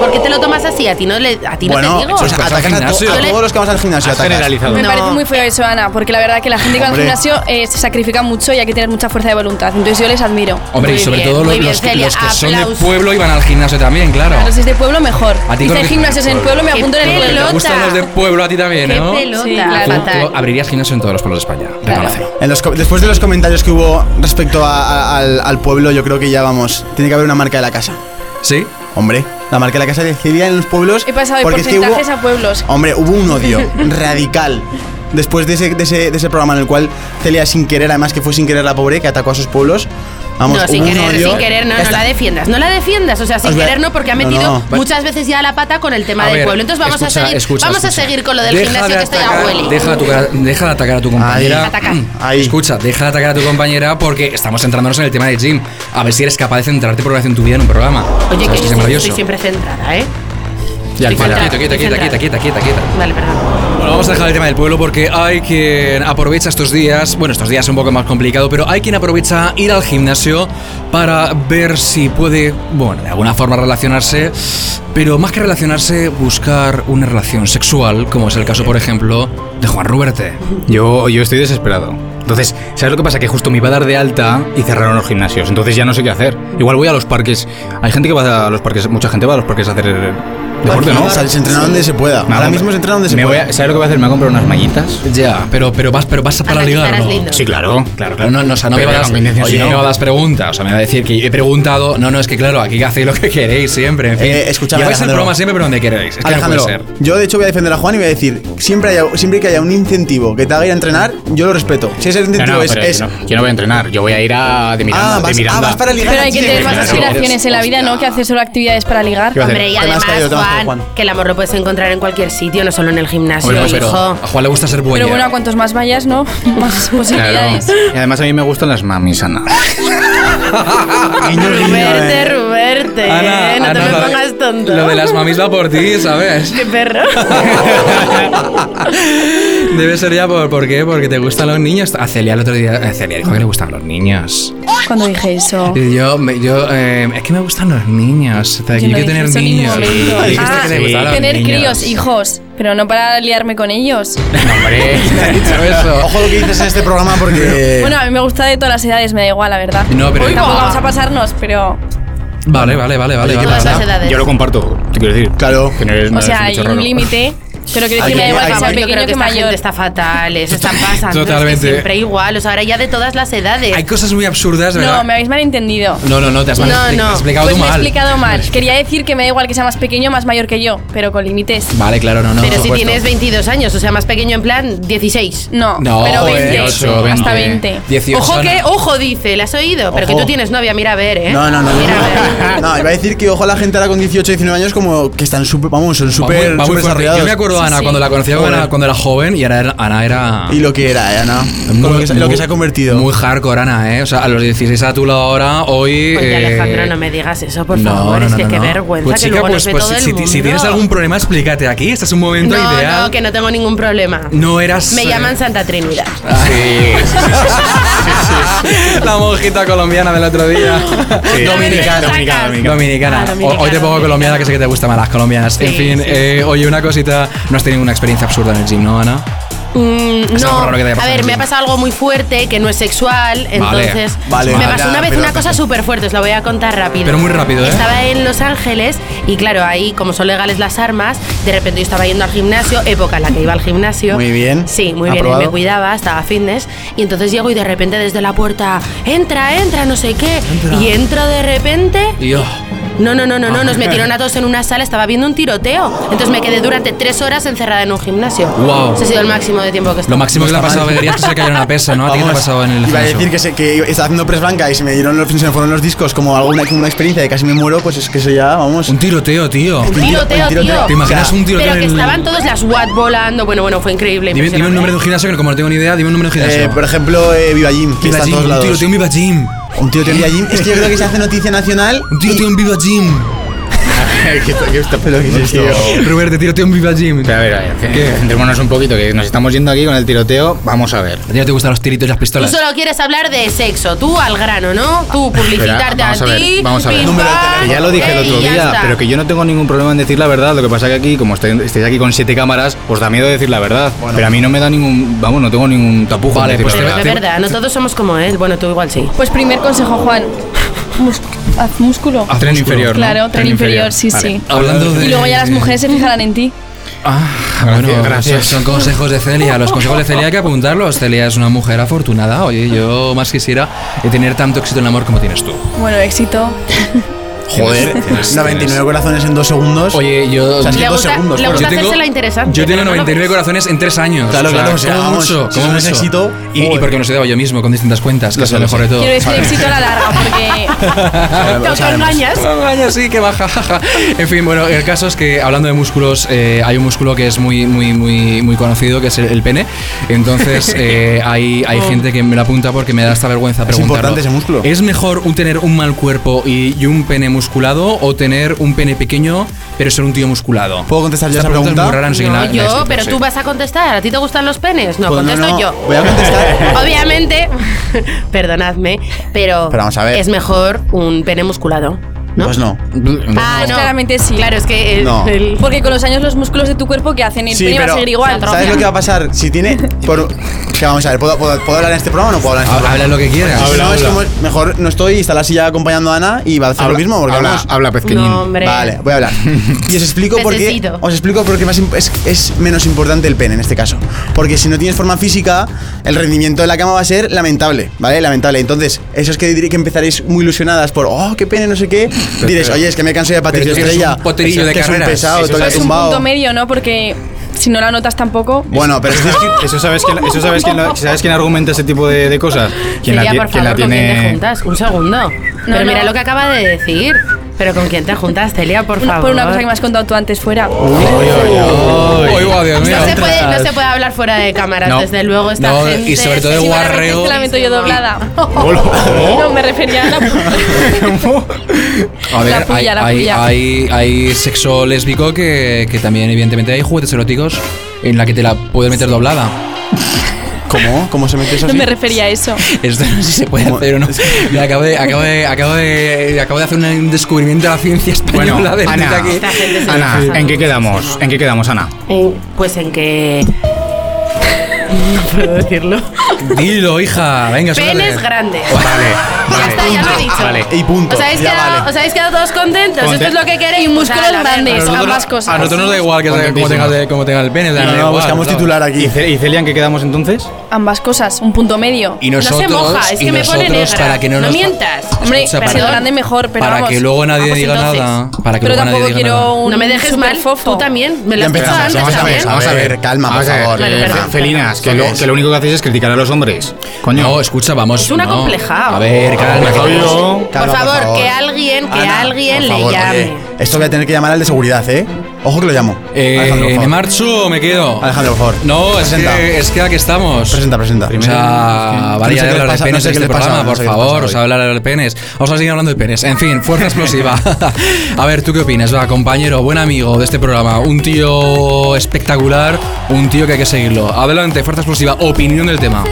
[SPEAKER 5] ¿Por qué te lo tomas así? A ti no le, a ti no
[SPEAKER 4] Bueno,
[SPEAKER 5] te digo.
[SPEAKER 4] o sea,
[SPEAKER 1] Pues vas al
[SPEAKER 4] atacas a, to-
[SPEAKER 1] gimnasio.
[SPEAKER 4] a todos los que vamos al gimnasio.
[SPEAKER 3] Has
[SPEAKER 4] atacas.
[SPEAKER 3] generalizado.
[SPEAKER 2] Me
[SPEAKER 5] No.
[SPEAKER 2] parece muy feo eso, Ana, porque la verdad que la gente que va al
[SPEAKER 4] Hombre.
[SPEAKER 2] gimnasio eh, se sacrifica mucho y aquí tienen mucha fuerza de voluntad. Entonces yo les admiro.
[SPEAKER 1] Hombre, y
[SPEAKER 5] Muy
[SPEAKER 1] sobre
[SPEAKER 5] bien,
[SPEAKER 1] todo los,
[SPEAKER 5] muy bien,
[SPEAKER 1] los que-
[SPEAKER 5] Celia,
[SPEAKER 1] los que son de
[SPEAKER 5] aplausos.
[SPEAKER 1] pueblo iban al gimnasio también, claro.
[SPEAKER 2] Claro, si es de pueblo, mejor.
[SPEAKER 1] A ti
[SPEAKER 2] Y si
[SPEAKER 1] con
[SPEAKER 2] hay
[SPEAKER 1] lo que-
[SPEAKER 2] gimnasios en pueblo, me
[SPEAKER 5] Qué
[SPEAKER 2] apunto en el
[SPEAKER 1] Porque
[SPEAKER 2] pueblo.
[SPEAKER 1] te gustan los de pueblo a ti también,
[SPEAKER 5] Qué
[SPEAKER 1] ¿no?
[SPEAKER 5] pelota,
[SPEAKER 2] Sí,
[SPEAKER 1] Tú-
[SPEAKER 2] claro.
[SPEAKER 5] fatal.
[SPEAKER 1] tú abrirías gimnasio en todos los pueblos de España,
[SPEAKER 2] Claro.
[SPEAKER 1] reconócelo.
[SPEAKER 4] En los co- después de los comentarios que hubo respecto a- a- al, al pueblo, yo creo que ya vamos. Tiene que haber una marca de la casa.
[SPEAKER 1] ¿Sí?
[SPEAKER 4] Hombre, la marca de la casa de Celia en los pueblos.
[SPEAKER 2] He pasado de
[SPEAKER 4] porque es que hubo-
[SPEAKER 2] porcentajes a pueblos.
[SPEAKER 4] Hombre, hubo un odio radical. Después de ese, de, ese, de ese programa en el cual Celia, sin querer, además que fue sin querer la pobre, que atacó a sus pueblos. Vamos,
[SPEAKER 5] no, sin
[SPEAKER 4] hubo un
[SPEAKER 5] querer,
[SPEAKER 4] odio.
[SPEAKER 5] sin querer, no,
[SPEAKER 4] Ya
[SPEAKER 5] no
[SPEAKER 4] está.
[SPEAKER 5] la defiendas. No la defiendas, o sea, sin
[SPEAKER 4] Os voy a-
[SPEAKER 5] querer no, porque ha
[SPEAKER 4] no,
[SPEAKER 5] metido
[SPEAKER 4] no, va-
[SPEAKER 5] muchas veces ya la pata con el tema
[SPEAKER 1] A
[SPEAKER 5] del
[SPEAKER 1] ver,
[SPEAKER 5] pueblo. Entonces vamos
[SPEAKER 1] escucha,
[SPEAKER 5] a seguir,
[SPEAKER 1] escucha,
[SPEAKER 5] vamos
[SPEAKER 1] escucha.
[SPEAKER 5] a seguir con lo del
[SPEAKER 1] Deja
[SPEAKER 5] gimnasio
[SPEAKER 1] de
[SPEAKER 5] que esto
[SPEAKER 1] atacar-
[SPEAKER 5] ya huele.
[SPEAKER 1] Deja, de atacar- deja de atacar a tu compañera. Mm,
[SPEAKER 5] Atacar.
[SPEAKER 4] Ahí.
[SPEAKER 1] Escucha, deja de atacar a tu compañera porque estamos centrándonos en el tema de Jim. A ver si eres capaz de centrarte por una vez en tu vida en un programa.
[SPEAKER 5] Oye,
[SPEAKER 1] ¿Sabes
[SPEAKER 5] que,
[SPEAKER 1] es
[SPEAKER 5] yo
[SPEAKER 1] maravilloso?
[SPEAKER 5] estoy siempre centrada, ¿eh?
[SPEAKER 1] Ya,
[SPEAKER 5] estoy
[SPEAKER 1] vale,
[SPEAKER 5] centrada,
[SPEAKER 1] quieto, quieto,
[SPEAKER 5] estoy
[SPEAKER 1] quieto,
[SPEAKER 5] centrada.
[SPEAKER 1] quieto, quieto, quieto.
[SPEAKER 5] Vale, perdón.
[SPEAKER 1] Bueno, vamos a dejar el tema del pueblo porque hay quien aprovecha estos días, bueno, estos días es un poco más complicado, pero hay quien aprovecha ir al gimnasio para ver si puede, bueno, de alguna forma relacionarse, pero más que relacionarse, buscar una relación sexual, como es el caso, por ejemplo, de Juan Ruberte.
[SPEAKER 3] Yo, yo estoy desesperado. Entonces, ¿sabes lo que pasa? Que justo me iba a dar de alta y cerraron los gimnasios. Entonces ya no sé qué hacer. Igual voy a los parques. Hay gente que va a los parques, mucha gente va a los parques a hacer eh, deporte, ¿no?
[SPEAKER 4] O sea, se entrena donde se pueda.
[SPEAKER 3] Me voy a
[SPEAKER 4] Ahora
[SPEAKER 3] comprar-
[SPEAKER 4] mismo se entrena donde se
[SPEAKER 3] me voy
[SPEAKER 4] pueda.
[SPEAKER 3] a- ¿Sabes lo que voy a hacer? Me voy a comprar unas mallitas.
[SPEAKER 1] Ya, pero, pero vas, pero vas a para
[SPEAKER 5] Hasta que
[SPEAKER 1] ligar,
[SPEAKER 5] estarás
[SPEAKER 1] ¿no?
[SPEAKER 5] lindo.
[SPEAKER 3] Sí, claro, claro,
[SPEAKER 1] No,
[SPEAKER 3] claro.
[SPEAKER 1] no, no, o sea, no me
[SPEAKER 3] Pero
[SPEAKER 1] va a
[SPEAKER 3] con intención,
[SPEAKER 1] dar-
[SPEAKER 3] si
[SPEAKER 1] oye, no
[SPEAKER 3] no.
[SPEAKER 1] me va a dar preguntas. O sea, me va a decir que he preguntado. No, no, es que claro, aquí hacéis lo que queréis siempre. En fin,
[SPEAKER 4] Eh, escúchame,
[SPEAKER 1] Lleváis el
[SPEAKER 4] Alejandro.
[SPEAKER 1] programa siempre, pero donde queréis. Es que
[SPEAKER 4] Alejandro,
[SPEAKER 1] no puede ser.
[SPEAKER 4] yo de hecho voy a defender a Juan y voy a decir, siempre, haya- siempre que haya un incentivo que te haga ir a entrenar, yo lo respeto. Si ese
[SPEAKER 3] No,
[SPEAKER 4] incentivo
[SPEAKER 3] no,
[SPEAKER 4] es...
[SPEAKER 3] pero
[SPEAKER 4] es-
[SPEAKER 3] yo, no, yo no voy a entrenar. Yo voy a ir a de Miranda.
[SPEAKER 4] ah,
[SPEAKER 3] de
[SPEAKER 4] vas,
[SPEAKER 3] Miranda.
[SPEAKER 4] ah, vas para ligar.
[SPEAKER 2] Pero hay
[SPEAKER 4] aquí
[SPEAKER 2] que
[SPEAKER 4] de
[SPEAKER 2] tener más
[SPEAKER 4] verdad.
[SPEAKER 3] Claro.
[SPEAKER 2] aspiraciones en la vida, ¿no? Que hacer solo actividades para ligar.
[SPEAKER 3] Yo voy a hacer-
[SPEAKER 5] Hombre, y
[SPEAKER 4] Te me has
[SPEAKER 5] además,
[SPEAKER 4] caído, te me has caído,
[SPEAKER 5] Juan,
[SPEAKER 4] Juan.
[SPEAKER 5] que el amor lo puedes encontrar en cualquier sitio, no solo en el gimnasio,
[SPEAKER 1] Bueno, pues, pero
[SPEAKER 5] hijo.
[SPEAKER 1] a Juan le gusta ser buena.
[SPEAKER 2] Pero bueno, a cuantos más vayas, ¿no? Más
[SPEAKER 3] Claro.
[SPEAKER 2] posibilidades.
[SPEAKER 3] Y además a mí me gustan las mamis, Ana.
[SPEAKER 5] Ah,
[SPEAKER 4] Guiño, guiño,
[SPEAKER 5] Ruberte,
[SPEAKER 4] eh.
[SPEAKER 5] Ruberte,
[SPEAKER 1] Ana,
[SPEAKER 5] eh, no
[SPEAKER 1] Ana,
[SPEAKER 5] te
[SPEAKER 1] lo
[SPEAKER 5] me
[SPEAKER 1] de-
[SPEAKER 5] pongas tonto.
[SPEAKER 1] Lo de las mamis va por ti, ¿sabes?
[SPEAKER 5] Qué perro.
[SPEAKER 1] Debe ser ya por, ¿por qué, porque te gustan los niños. A Celia el otro día, a Celia dijo que le gustaban los niños.
[SPEAKER 2] Cuando dije eso.
[SPEAKER 1] Y yo, me- yo eh, es que me gustan los niños. O sea, que
[SPEAKER 2] Yo
[SPEAKER 1] yo
[SPEAKER 2] no
[SPEAKER 1] quiero
[SPEAKER 2] dije
[SPEAKER 1] tener
[SPEAKER 2] eso en ningún
[SPEAKER 1] niños.
[SPEAKER 2] momento.
[SPEAKER 1] Dijiste
[SPEAKER 2] Ah,
[SPEAKER 1] que le
[SPEAKER 3] sí.
[SPEAKER 1] gustaban los
[SPEAKER 2] Tener
[SPEAKER 1] niños. Eh.
[SPEAKER 2] críos, hijos, pero no para liarme con ellos.
[SPEAKER 3] No, hombre.
[SPEAKER 1] ¿Quién ha dicho eso?
[SPEAKER 4] Ojo lo que dices en este programa porque...
[SPEAKER 2] Bueno, a mí me gusta de todas las edades, me da igual, la verdad.
[SPEAKER 1] No, pero-
[SPEAKER 2] Tampoco
[SPEAKER 1] Oiga.
[SPEAKER 2] vamos a pasarnos, pero.
[SPEAKER 1] Vale, vale, vale, vale.
[SPEAKER 4] ¿qué
[SPEAKER 1] vale,
[SPEAKER 5] Todas
[SPEAKER 1] vale.
[SPEAKER 5] las edades.
[SPEAKER 3] Yo lo comparto, te quiero decir.
[SPEAKER 4] Claro.
[SPEAKER 3] Que no eres- no
[SPEAKER 2] O
[SPEAKER 3] eres
[SPEAKER 2] sea, hay
[SPEAKER 3] bicho
[SPEAKER 2] un
[SPEAKER 3] raro.
[SPEAKER 2] límite, pero quiero decir, me da
[SPEAKER 4] Alguien-
[SPEAKER 2] igual que
[SPEAKER 4] alguien-
[SPEAKER 2] sea
[SPEAKER 5] Yo creo
[SPEAKER 2] pequeño
[SPEAKER 5] que
[SPEAKER 2] que
[SPEAKER 5] esta gente
[SPEAKER 2] mayor.
[SPEAKER 5] está fatal, eh, se están pasando. es que
[SPEAKER 1] Totalmente.
[SPEAKER 5] siempre igual, o sea, ahora ya de todas las edades.
[SPEAKER 1] Hay cosas muy absurdas, ¿verdad?
[SPEAKER 2] No, me habéis malentendido.
[SPEAKER 1] no, no, no, te has, mal-
[SPEAKER 5] No,
[SPEAKER 1] te- te
[SPEAKER 5] no.
[SPEAKER 1] has explicado
[SPEAKER 2] Pues
[SPEAKER 1] tú
[SPEAKER 2] me he
[SPEAKER 1] mal.
[SPEAKER 2] explicado mal. Quería decir que me da igual que sea más pequeño o más mayor que yo, pero con límites.
[SPEAKER 1] Vale, claro, no, no.
[SPEAKER 5] Pero
[SPEAKER 1] por
[SPEAKER 5] si
[SPEAKER 1] supuesto.
[SPEAKER 5] tienes 22 años, o sea, más pequeño en plan 16.
[SPEAKER 2] No,
[SPEAKER 1] No,
[SPEAKER 2] pero 20,
[SPEAKER 1] 18,
[SPEAKER 2] hasta
[SPEAKER 1] 20.
[SPEAKER 2] 20.
[SPEAKER 1] 18,
[SPEAKER 5] ojo
[SPEAKER 1] no.
[SPEAKER 5] que, ojo dice, ¿la has oído? Pero que
[SPEAKER 4] Ojo.
[SPEAKER 5] tú tienes novia, mira a ver, ¿eh?
[SPEAKER 4] No, no, no, no.
[SPEAKER 5] Mira a
[SPEAKER 4] No,
[SPEAKER 5] ver.
[SPEAKER 4] No, iba a decir que ojo a la gente ahora con 18, 19 años como que están súper, vamos, son
[SPEAKER 1] Va muy- va
[SPEAKER 4] súper
[SPEAKER 1] muy
[SPEAKER 4] súper
[SPEAKER 1] fuerte.
[SPEAKER 4] desarrollados.
[SPEAKER 1] Yo me acuerdo a Ana
[SPEAKER 2] Sí, sí.
[SPEAKER 1] cuando la conocía cuando
[SPEAKER 4] Joder.
[SPEAKER 1] era, cuando era joven y Ana era. Ana era
[SPEAKER 4] Y lo que era, eh, Ana. Con lo, que, se- lo que se ha convertido.
[SPEAKER 1] Muy hardcore, Ana, ¿eh? O sea, a los 16 a tu lado ahora,
[SPEAKER 5] Oye,
[SPEAKER 1] hoy. eh,
[SPEAKER 5] Pues Alejandro, no me digas eso, por favor. es que qué
[SPEAKER 1] no.
[SPEAKER 5] vergüenza
[SPEAKER 1] Pues,
[SPEAKER 5] que
[SPEAKER 1] chica,
[SPEAKER 5] luego
[SPEAKER 1] pues,
[SPEAKER 5] nos ve
[SPEAKER 1] pues,
[SPEAKER 5] todo
[SPEAKER 1] si,
[SPEAKER 5] el
[SPEAKER 1] si- si
[SPEAKER 5] mundo.
[SPEAKER 1] tienes algún problema, explícate aquí. Este es un momento
[SPEAKER 5] No,
[SPEAKER 1] ideal.
[SPEAKER 5] no, que no tengo ningún problema.
[SPEAKER 1] No eras. eh,
[SPEAKER 5] Me llaman Santa Trinidad.
[SPEAKER 1] La monjita colombiana del otro día.
[SPEAKER 3] Sí. Dominicana,
[SPEAKER 1] Dominicana.
[SPEAKER 3] dominicana.
[SPEAKER 1] Dominicana.
[SPEAKER 5] Ah, dominicana,
[SPEAKER 1] Ho- Hoy te pongo
[SPEAKER 5] dominicana.
[SPEAKER 1] colombiana, que sé que te gustan más las colombianas. en
[SPEAKER 5] Sí,
[SPEAKER 1] fin,
[SPEAKER 5] sí, sí.
[SPEAKER 1] eh, oye, una cosita. No has tenido una experiencia absurda en el gym, ¿no, Ana?
[SPEAKER 5] Mm,
[SPEAKER 1] Es algo
[SPEAKER 5] no,
[SPEAKER 1] raro que te haya
[SPEAKER 5] a
[SPEAKER 1] pasado
[SPEAKER 5] ver,
[SPEAKER 1] en
[SPEAKER 5] me ha
[SPEAKER 1] el
[SPEAKER 5] pasado algo muy fuerte que no es sexual,
[SPEAKER 1] Vale,
[SPEAKER 5] entonces
[SPEAKER 4] vale.
[SPEAKER 5] me
[SPEAKER 4] Vale,
[SPEAKER 5] pasó una vez
[SPEAKER 4] pero-
[SPEAKER 5] una cosa súper fuerte, os la voy a contar rápido.
[SPEAKER 1] Pero muy rápido, ¿eh?
[SPEAKER 5] Estaba en Los Ángeles y claro, ahí como son legales las armas, de repente yo estaba yendo al gimnasio, época en la que iba al gimnasio.
[SPEAKER 4] Muy bien.
[SPEAKER 5] Sí, muy bien,
[SPEAKER 4] Aprobado.
[SPEAKER 5] me cuidaba, estaba fitness y entonces llego y de repente desde la puerta, entra, entra, no sé qué,
[SPEAKER 1] Entra.
[SPEAKER 5] y entro de repente
[SPEAKER 1] Dios.
[SPEAKER 5] No, no, no, no,
[SPEAKER 1] Ah.
[SPEAKER 5] no, nos metieron a todos en una sala, estaba viendo un tiroteo. Entonces me quedé durante tres horas encerrada en un gimnasio.
[SPEAKER 1] Guau.
[SPEAKER 5] Ese ha sido el máximo de tiempo que
[SPEAKER 1] Lo
[SPEAKER 5] estuve.
[SPEAKER 1] máximo que le ha
[SPEAKER 4] Está
[SPEAKER 1] pasado a
[SPEAKER 4] mal.
[SPEAKER 1] Beguería es que se le cayó una pesa, ¿no? ¿A ti qué te ha
[SPEAKER 4] Vamos,
[SPEAKER 1] pasado en el
[SPEAKER 4] Iba a
[SPEAKER 1] gimnasio?
[SPEAKER 4] decir que, se, que estaba haciendo press blanca y se me dieron los, se me fueron los discos como alguna como una experiencia de casi me muero, pues es que eso ya, vamos.
[SPEAKER 1] Un tiroteo, tío.
[SPEAKER 5] Un tiroteo,
[SPEAKER 4] Un tiroteo.
[SPEAKER 5] tío.
[SPEAKER 1] ¿Te imaginas un tiroteo
[SPEAKER 5] Pero
[SPEAKER 1] en
[SPEAKER 5] que
[SPEAKER 1] el-
[SPEAKER 5] estaban todos las Watt volando. Bueno, bueno, fue increíble.
[SPEAKER 1] Dime, dime un nombre
[SPEAKER 5] impresionante.
[SPEAKER 1] de un
[SPEAKER 5] ¿eh?
[SPEAKER 1] gimnasio que como no tengo ni idea, dime un nombre de un
[SPEAKER 4] Eh,
[SPEAKER 1] gimnasio.
[SPEAKER 4] por ejemplo, eh, Viva Jim, que
[SPEAKER 1] Viva
[SPEAKER 4] está a
[SPEAKER 1] Jim,
[SPEAKER 4] todos
[SPEAKER 1] un
[SPEAKER 4] lados.
[SPEAKER 1] tiroteo en Viva Jim.
[SPEAKER 4] Un tío Viva Jim. Es que yo creo que se hace noticia nacional.
[SPEAKER 1] Un tiroteo en Viva Jim.
[SPEAKER 4] ¿Qué, qué está pelo que es esto?
[SPEAKER 1] Robert, de tiroteo en Viva Jim.
[SPEAKER 3] Pero a ver, a ver, que-
[SPEAKER 1] ¿Qué?
[SPEAKER 3] centrémonos un poquito, que nos estamos yendo aquí con el tiroteo. Vamos a ver.
[SPEAKER 1] ¿A ti no te gustan los tiritos y las
[SPEAKER 5] Tú
[SPEAKER 1] pistolas?
[SPEAKER 5] solo quieres hablar de sexo, tú al grano, ¿no? Tú
[SPEAKER 1] Ah,
[SPEAKER 5] publicitarte
[SPEAKER 3] vamos
[SPEAKER 5] a,
[SPEAKER 3] a ver,
[SPEAKER 5] ti.
[SPEAKER 3] vamos a ver.
[SPEAKER 5] pim,
[SPEAKER 4] Número de
[SPEAKER 5] pam,
[SPEAKER 4] teléfono.
[SPEAKER 3] Que ya lo dije el
[SPEAKER 5] eh,
[SPEAKER 3] otro
[SPEAKER 5] y ya
[SPEAKER 3] día,
[SPEAKER 5] está.
[SPEAKER 3] pero que yo no tengo ningún problema en decir la verdad. Lo que pasa que aquí, como esté- estéis aquí con siete cámaras, os da miedo decir la verdad. Pero a mí no me da ningún. Vamos, no tengo ningún tapujo.
[SPEAKER 1] Vale,
[SPEAKER 3] en decir
[SPEAKER 1] pues
[SPEAKER 3] la
[SPEAKER 1] te-
[SPEAKER 5] Pero
[SPEAKER 3] verdad.
[SPEAKER 5] es
[SPEAKER 1] te-
[SPEAKER 5] verdad, no todos somos como él. Bueno, tú igual sí.
[SPEAKER 2] Pues primer consejo, Juan. Mus- haz músculo.
[SPEAKER 1] Haz
[SPEAKER 3] Tren
[SPEAKER 1] músculo.
[SPEAKER 3] inferior. ¿no?
[SPEAKER 2] Claro, tren inferior, sí, sí.
[SPEAKER 1] Hablando de...
[SPEAKER 2] Y luego ya las mujeres se fijarán en ti.
[SPEAKER 1] Ah,
[SPEAKER 3] Gracias,
[SPEAKER 1] bueno,
[SPEAKER 3] gracias.
[SPEAKER 1] Son, son consejos de Celia. Los consejos de Celia hay que apuntarlos. Celia es una mujer afortunada. Oye, yo más quisiera tener tanto éxito en el amor como tienes tú.
[SPEAKER 2] Bueno, éxito.
[SPEAKER 4] Joder,
[SPEAKER 1] Tienes-
[SPEAKER 4] 99 corazones en dos segundos.
[SPEAKER 1] Oye, yo...
[SPEAKER 4] O sea,
[SPEAKER 1] yo
[SPEAKER 4] sí,
[SPEAKER 5] Le
[SPEAKER 4] dos
[SPEAKER 5] gusta,
[SPEAKER 4] segundos,
[SPEAKER 5] le
[SPEAKER 4] por-
[SPEAKER 5] gusta
[SPEAKER 1] tengo-
[SPEAKER 5] hacerse la interesante.
[SPEAKER 1] Yo tengo
[SPEAKER 5] pero no lo
[SPEAKER 1] 99
[SPEAKER 5] ves.
[SPEAKER 1] corazones en tres años.
[SPEAKER 4] Claro, claro, o sea,
[SPEAKER 1] como
[SPEAKER 4] vamos,
[SPEAKER 1] mucho,
[SPEAKER 4] si
[SPEAKER 1] como
[SPEAKER 4] eso no es
[SPEAKER 1] mucho.
[SPEAKER 4] éxito,
[SPEAKER 1] Y, y
[SPEAKER 4] joder.
[SPEAKER 1] porque no se debo yo mismo con distintas cuentas, que
[SPEAKER 3] Lo
[SPEAKER 1] es lo
[SPEAKER 3] sé,
[SPEAKER 1] mejor
[SPEAKER 3] lo
[SPEAKER 1] de
[SPEAKER 3] sé.
[SPEAKER 1] todo.
[SPEAKER 2] Quiero decir éxito a la larga, porque
[SPEAKER 4] lo
[SPEAKER 2] te
[SPEAKER 4] sabemos.
[SPEAKER 2] engañas.
[SPEAKER 1] Vaya, sí, que baja. jaja. En fin, bueno, el caso es que hablando de músculos, eh, hay un músculo que es muy, muy, muy, muy conocido, que es el, el pene. Entonces, eh, hay, hay gente que me lo apunta porque me da esta vergüenza preguntarlo.
[SPEAKER 4] Oh. importante ese músculo.
[SPEAKER 1] ¿Es mejor un- tener un mal cuerpo y, y un pene musculado o tener un pene pequeño pero ser un tío musculado?
[SPEAKER 4] ¿Puedo contestar yo
[SPEAKER 1] Esta
[SPEAKER 4] esa pregunta?
[SPEAKER 1] es muy rara, no sé quién
[SPEAKER 5] No,
[SPEAKER 1] la- la
[SPEAKER 5] yo,
[SPEAKER 1] escrito,
[SPEAKER 5] pero
[SPEAKER 1] sí.
[SPEAKER 5] tú vas a contestar. ¿A ti te gustan los penes? No,
[SPEAKER 4] Pues no,
[SPEAKER 5] contesto
[SPEAKER 4] no,
[SPEAKER 5] yo.
[SPEAKER 4] voy a contestar.
[SPEAKER 5] Obviamente, perdonadme, pero,
[SPEAKER 4] Pero vamos a ver.
[SPEAKER 5] es mejor un pene musculado. ¿no?
[SPEAKER 4] Pues no.
[SPEAKER 5] Ah, no.
[SPEAKER 2] Pues Claramente sí.
[SPEAKER 5] Claro, es que el-
[SPEAKER 4] No.
[SPEAKER 5] el-
[SPEAKER 2] Porque con los años los músculos de tu cuerpo que hacen el pene va a seguir igual.
[SPEAKER 4] ¿Sabes lo que va a pasar? Si tiene. Por, que vamos a ver, ¿puedo, puedo, puedo hablar en este programa o no puedo hablar en este
[SPEAKER 1] Habla
[SPEAKER 4] programa?
[SPEAKER 1] lo que quieras.
[SPEAKER 4] Si no,
[SPEAKER 3] Habla,
[SPEAKER 4] es
[SPEAKER 3] habla.
[SPEAKER 4] como. Mejor no estoy y está la silla acompañando a Ana y va a hacer lo mismo porque
[SPEAKER 3] habla,
[SPEAKER 4] vamos-
[SPEAKER 3] habla pezqueñín.
[SPEAKER 5] No, hombre.
[SPEAKER 4] Vale, voy a hablar. Y os explico por qué.
[SPEAKER 5] Pececito.
[SPEAKER 4] Os explico por qué más im- es, es menos importante el pene en este caso. Porque si no tienes forma física, el rendimiento de la cama va a ser lamentable, ¿vale? Lamentable. Entonces, eso es que diré que empezaréis muy ilusionadas por, oh, qué pene, no sé qué. Diréis, oye, es que me canso de Patricio
[SPEAKER 1] tú que eres
[SPEAKER 4] Estrella.
[SPEAKER 1] un poterillo
[SPEAKER 4] es
[SPEAKER 1] de
[SPEAKER 4] que es un
[SPEAKER 1] carreras.
[SPEAKER 4] pesado,
[SPEAKER 1] Eso
[SPEAKER 4] todo el día
[SPEAKER 2] Pues Es un punto
[SPEAKER 4] tumbado.
[SPEAKER 2] medio, ¿no? Porque si no la notas tampoco.
[SPEAKER 4] Bueno, pero esto es que-
[SPEAKER 3] Eso sabes quién, eso sabes quién, lo- sabes quién argumenta ese tipo de, de cosas. ¿Quién
[SPEAKER 5] Celia,
[SPEAKER 3] tie-
[SPEAKER 5] por
[SPEAKER 3] quién
[SPEAKER 5] favor, ¿con quién te juntas? Un segundo. pero mira
[SPEAKER 2] no.
[SPEAKER 5] lo que acaba de decir. Pero ¿con quién te juntas, Celia, por
[SPEAKER 2] una-
[SPEAKER 5] favor?
[SPEAKER 2] por una cosa que me has contado tú antes fuera.
[SPEAKER 1] Oy, guau, Dios mío.
[SPEAKER 5] no se, puede, no se puede hablar fuera de cámaras,
[SPEAKER 3] No.
[SPEAKER 5] desde luego. Esta
[SPEAKER 1] No, y
[SPEAKER 5] gente
[SPEAKER 1] sobre todo de
[SPEAKER 5] es una
[SPEAKER 1] guarreo.
[SPEAKER 5] referencia,
[SPEAKER 2] Te lamento Este yo doblada.
[SPEAKER 1] ¿Eh?
[SPEAKER 2] No, me refería a la.
[SPEAKER 1] A ver,
[SPEAKER 2] La puya,
[SPEAKER 1] hay,
[SPEAKER 2] la
[SPEAKER 1] hay-
[SPEAKER 2] puya.
[SPEAKER 1] hay- hay sexo lésbico que, que también, evidentemente, hay juguetes eróticos en la que te la puedes meter doblada.
[SPEAKER 4] ¿Cómo? ¿Cómo se mete eso
[SPEAKER 2] No
[SPEAKER 4] así?
[SPEAKER 2] me refería a eso.
[SPEAKER 1] Esto no sé si se puede
[SPEAKER 4] ¿Cómo?
[SPEAKER 1] hacer o no. Me acabo, de, acabo, de, acabo, de, acabo de hacer un descubrimiento de la ciencia española.
[SPEAKER 3] Bueno,
[SPEAKER 1] del
[SPEAKER 3] Ana,
[SPEAKER 1] Kentucky.
[SPEAKER 5] Esta gente se
[SPEAKER 3] Ana,
[SPEAKER 5] pasa.
[SPEAKER 3] ¿en qué quedamos? ¿En qué quedamos, Ana?
[SPEAKER 5] En- pues en que. No puedo decirlo.
[SPEAKER 1] Dilo, hija. Venga, suéltate.
[SPEAKER 5] Penes grandes.
[SPEAKER 3] Vale,
[SPEAKER 5] Ya
[SPEAKER 3] vale.
[SPEAKER 5] está, ya lo he dicho.
[SPEAKER 3] Vale.
[SPEAKER 4] Y punto.
[SPEAKER 5] ¿Os habéis,
[SPEAKER 4] ya
[SPEAKER 5] quedado,
[SPEAKER 4] vale.
[SPEAKER 5] os habéis quedado todos contentos.
[SPEAKER 3] Conte-
[SPEAKER 5] Esto es lo que queréis.
[SPEAKER 2] Y músculos
[SPEAKER 5] O sea, la verdad.
[SPEAKER 2] grandes.
[SPEAKER 1] A nosotros-
[SPEAKER 2] Ambas cosas.
[SPEAKER 1] A nosotros nos da igual que sea- cómo
[SPEAKER 3] Contentísimo.
[SPEAKER 1] tengas, de- cómo tengas el pene. da
[SPEAKER 4] No, no,
[SPEAKER 1] igual,
[SPEAKER 4] buscamos
[SPEAKER 1] claro.
[SPEAKER 4] titular aquí.
[SPEAKER 3] ¿Y, Ce- y Celia en qué quedamos entonces?
[SPEAKER 2] Ambas cosas, un punto medio.
[SPEAKER 1] Y
[SPEAKER 5] No se
[SPEAKER 1] nosotros,
[SPEAKER 5] moja, es
[SPEAKER 1] y
[SPEAKER 5] que me pone
[SPEAKER 1] nosotros,
[SPEAKER 5] negra.
[SPEAKER 1] Para que no,
[SPEAKER 5] No
[SPEAKER 1] nos-
[SPEAKER 5] mientas.
[SPEAKER 2] Hombre,
[SPEAKER 1] Escucha,
[SPEAKER 2] pero
[SPEAKER 1] para-
[SPEAKER 2] grande mejor, pero
[SPEAKER 1] para
[SPEAKER 2] vamos.
[SPEAKER 1] que luego nadie
[SPEAKER 5] Ah, pues
[SPEAKER 1] diga
[SPEAKER 5] entonces.
[SPEAKER 1] nada. Para que
[SPEAKER 2] Pero
[SPEAKER 1] luego nadie
[SPEAKER 2] tampoco
[SPEAKER 1] diga
[SPEAKER 2] quiero
[SPEAKER 1] nada.
[SPEAKER 2] un
[SPEAKER 5] No me dejes mal.
[SPEAKER 2] superfofo.
[SPEAKER 5] Tú también. Me lo
[SPEAKER 4] Ya
[SPEAKER 5] has dicho
[SPEAKER 4] empezamos,
[SPEAKER 5] antes
[SPEAKER 4] vamos a ver,
[SPEAKER 5] también.
[SPEAKER 4] vamos a ver, calma, por
[SPEAKER 3] Vamos a ver,
[SPEAKER 4] favor.
[SPEAKER 5] Vale,
[SPEAKER 3] eh,
[SPEAKER 5] perdón,
[SPEAKER 3] felinas, que
[SPEAKER 4] perdón.
[SPEAKER 3] lo, que lo único que hacéis es criticar a los hombres. Coño.
[SPEAKER 1] No, escucha, vamos.
[SPEAKER 5] Es una
[SPEAKER 1] no.
[SPEAKER 5] complejao.
[SPEAKER 1] A ver, calma. que-
[SPEAKER 3] Coño.
[SPEAKER 5] Por
[SPEAKER 4] Calma,
[SPEAKER 5] favor, que alguien, que
[SPEAKER 4] Ana, por
[SPEAKER 5] alguien le
[SPEAKER 4] favor,
[SPEAKER 5] llame.
[SPEAKER 4] oye, esto voy a tener que llamar al de seguridad, ¿eh? Ojo que lo llamo.
[SPEAKER 1] Eh,
[SPEAKER 4] Alejandro, por
[SPEAKER 1] ¿Me
[SPEAKER 4] favor.
[SPEAKER 1] marcho o me quedo?
[SPEAKER 4] Alejandro, por favor.
[SPEAKER 1] No, es
[SPEAKER 4] Presenta.
[SPEAKER 1] que, es que aquí estamos.
[SPEAKER 4] Presenta, presenta.
[SPEAKER 1] O sea,
[SPEAKER 4] No
[SPEAKER 1] vale,
[SPEAKER 4] sé qué les
[SPEAKER 1] ya de hablar de
[SPEAKER 4] pasa, no
[SPEAKER 1] penes
[SPEAKER 4] sé
[SPEAKER 1] en
[SPEAKER 4] qué
[SPEAKER 1] este
[SPEAKER 4] les pasa,
[SPEAKER 1] programa,
[SPEAKER 4] no
[SPEAKER 1] por
[SPEAKER 4] sé qué les
[SPEAKER 1] favor.
[SPEAKER 4] pasa
[SPEAKER 1] Os
[SPEAKER 4] hoy.
[SPEAKER 1] hablar de penes. Vamos a seguir hablando de penes. En fin, fuerza explosiva. a ver, ¿tú qué opinas? Va, compañero, buen amigo de este programa. Un tío espectacular, un tío que hay que seguirlo. Adelante, fuerza explosiva. Opinión del tema.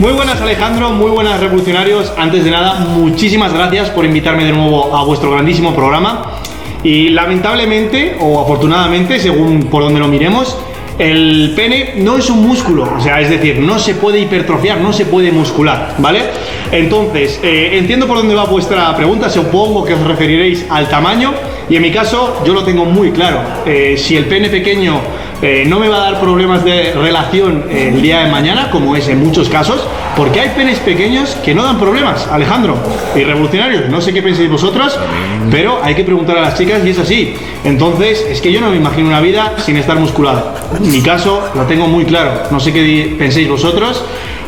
[SPEAKER 6] Muy buenas Alejandro, muy buenas revolucionarios. Antes de nada, muchísimas gracias por invitarme de nuevo a vuestro grandísimo programa. Y lamentablemente, o afortunadamente, según por donde lo miremos, el pene no es un músculo, o sea, es decir, no se puede hipertrofiar, no se puede muscular, ¿vale? Entonces, eh, entiendo por dónde va vuestra pregunta, supongo que os referiréis al tamaño. Y en mi caso, yo lo tengo muy claro. Eh, si el pene pequeño eh, no me va a dar problemas de relación eh, el día de mañana, como es en muchos casos, porque hay penes pequeños que no dan problemas, Alejandro, y revolucionarios. No sé qué pensáis vosotros, pero hay que preguntar a las chicas y es así. Entonces, es que yo no me imagino una vida sin estar musculada. En mi caso, lo tengo muy claro. No sé qué di- penséis vosotros,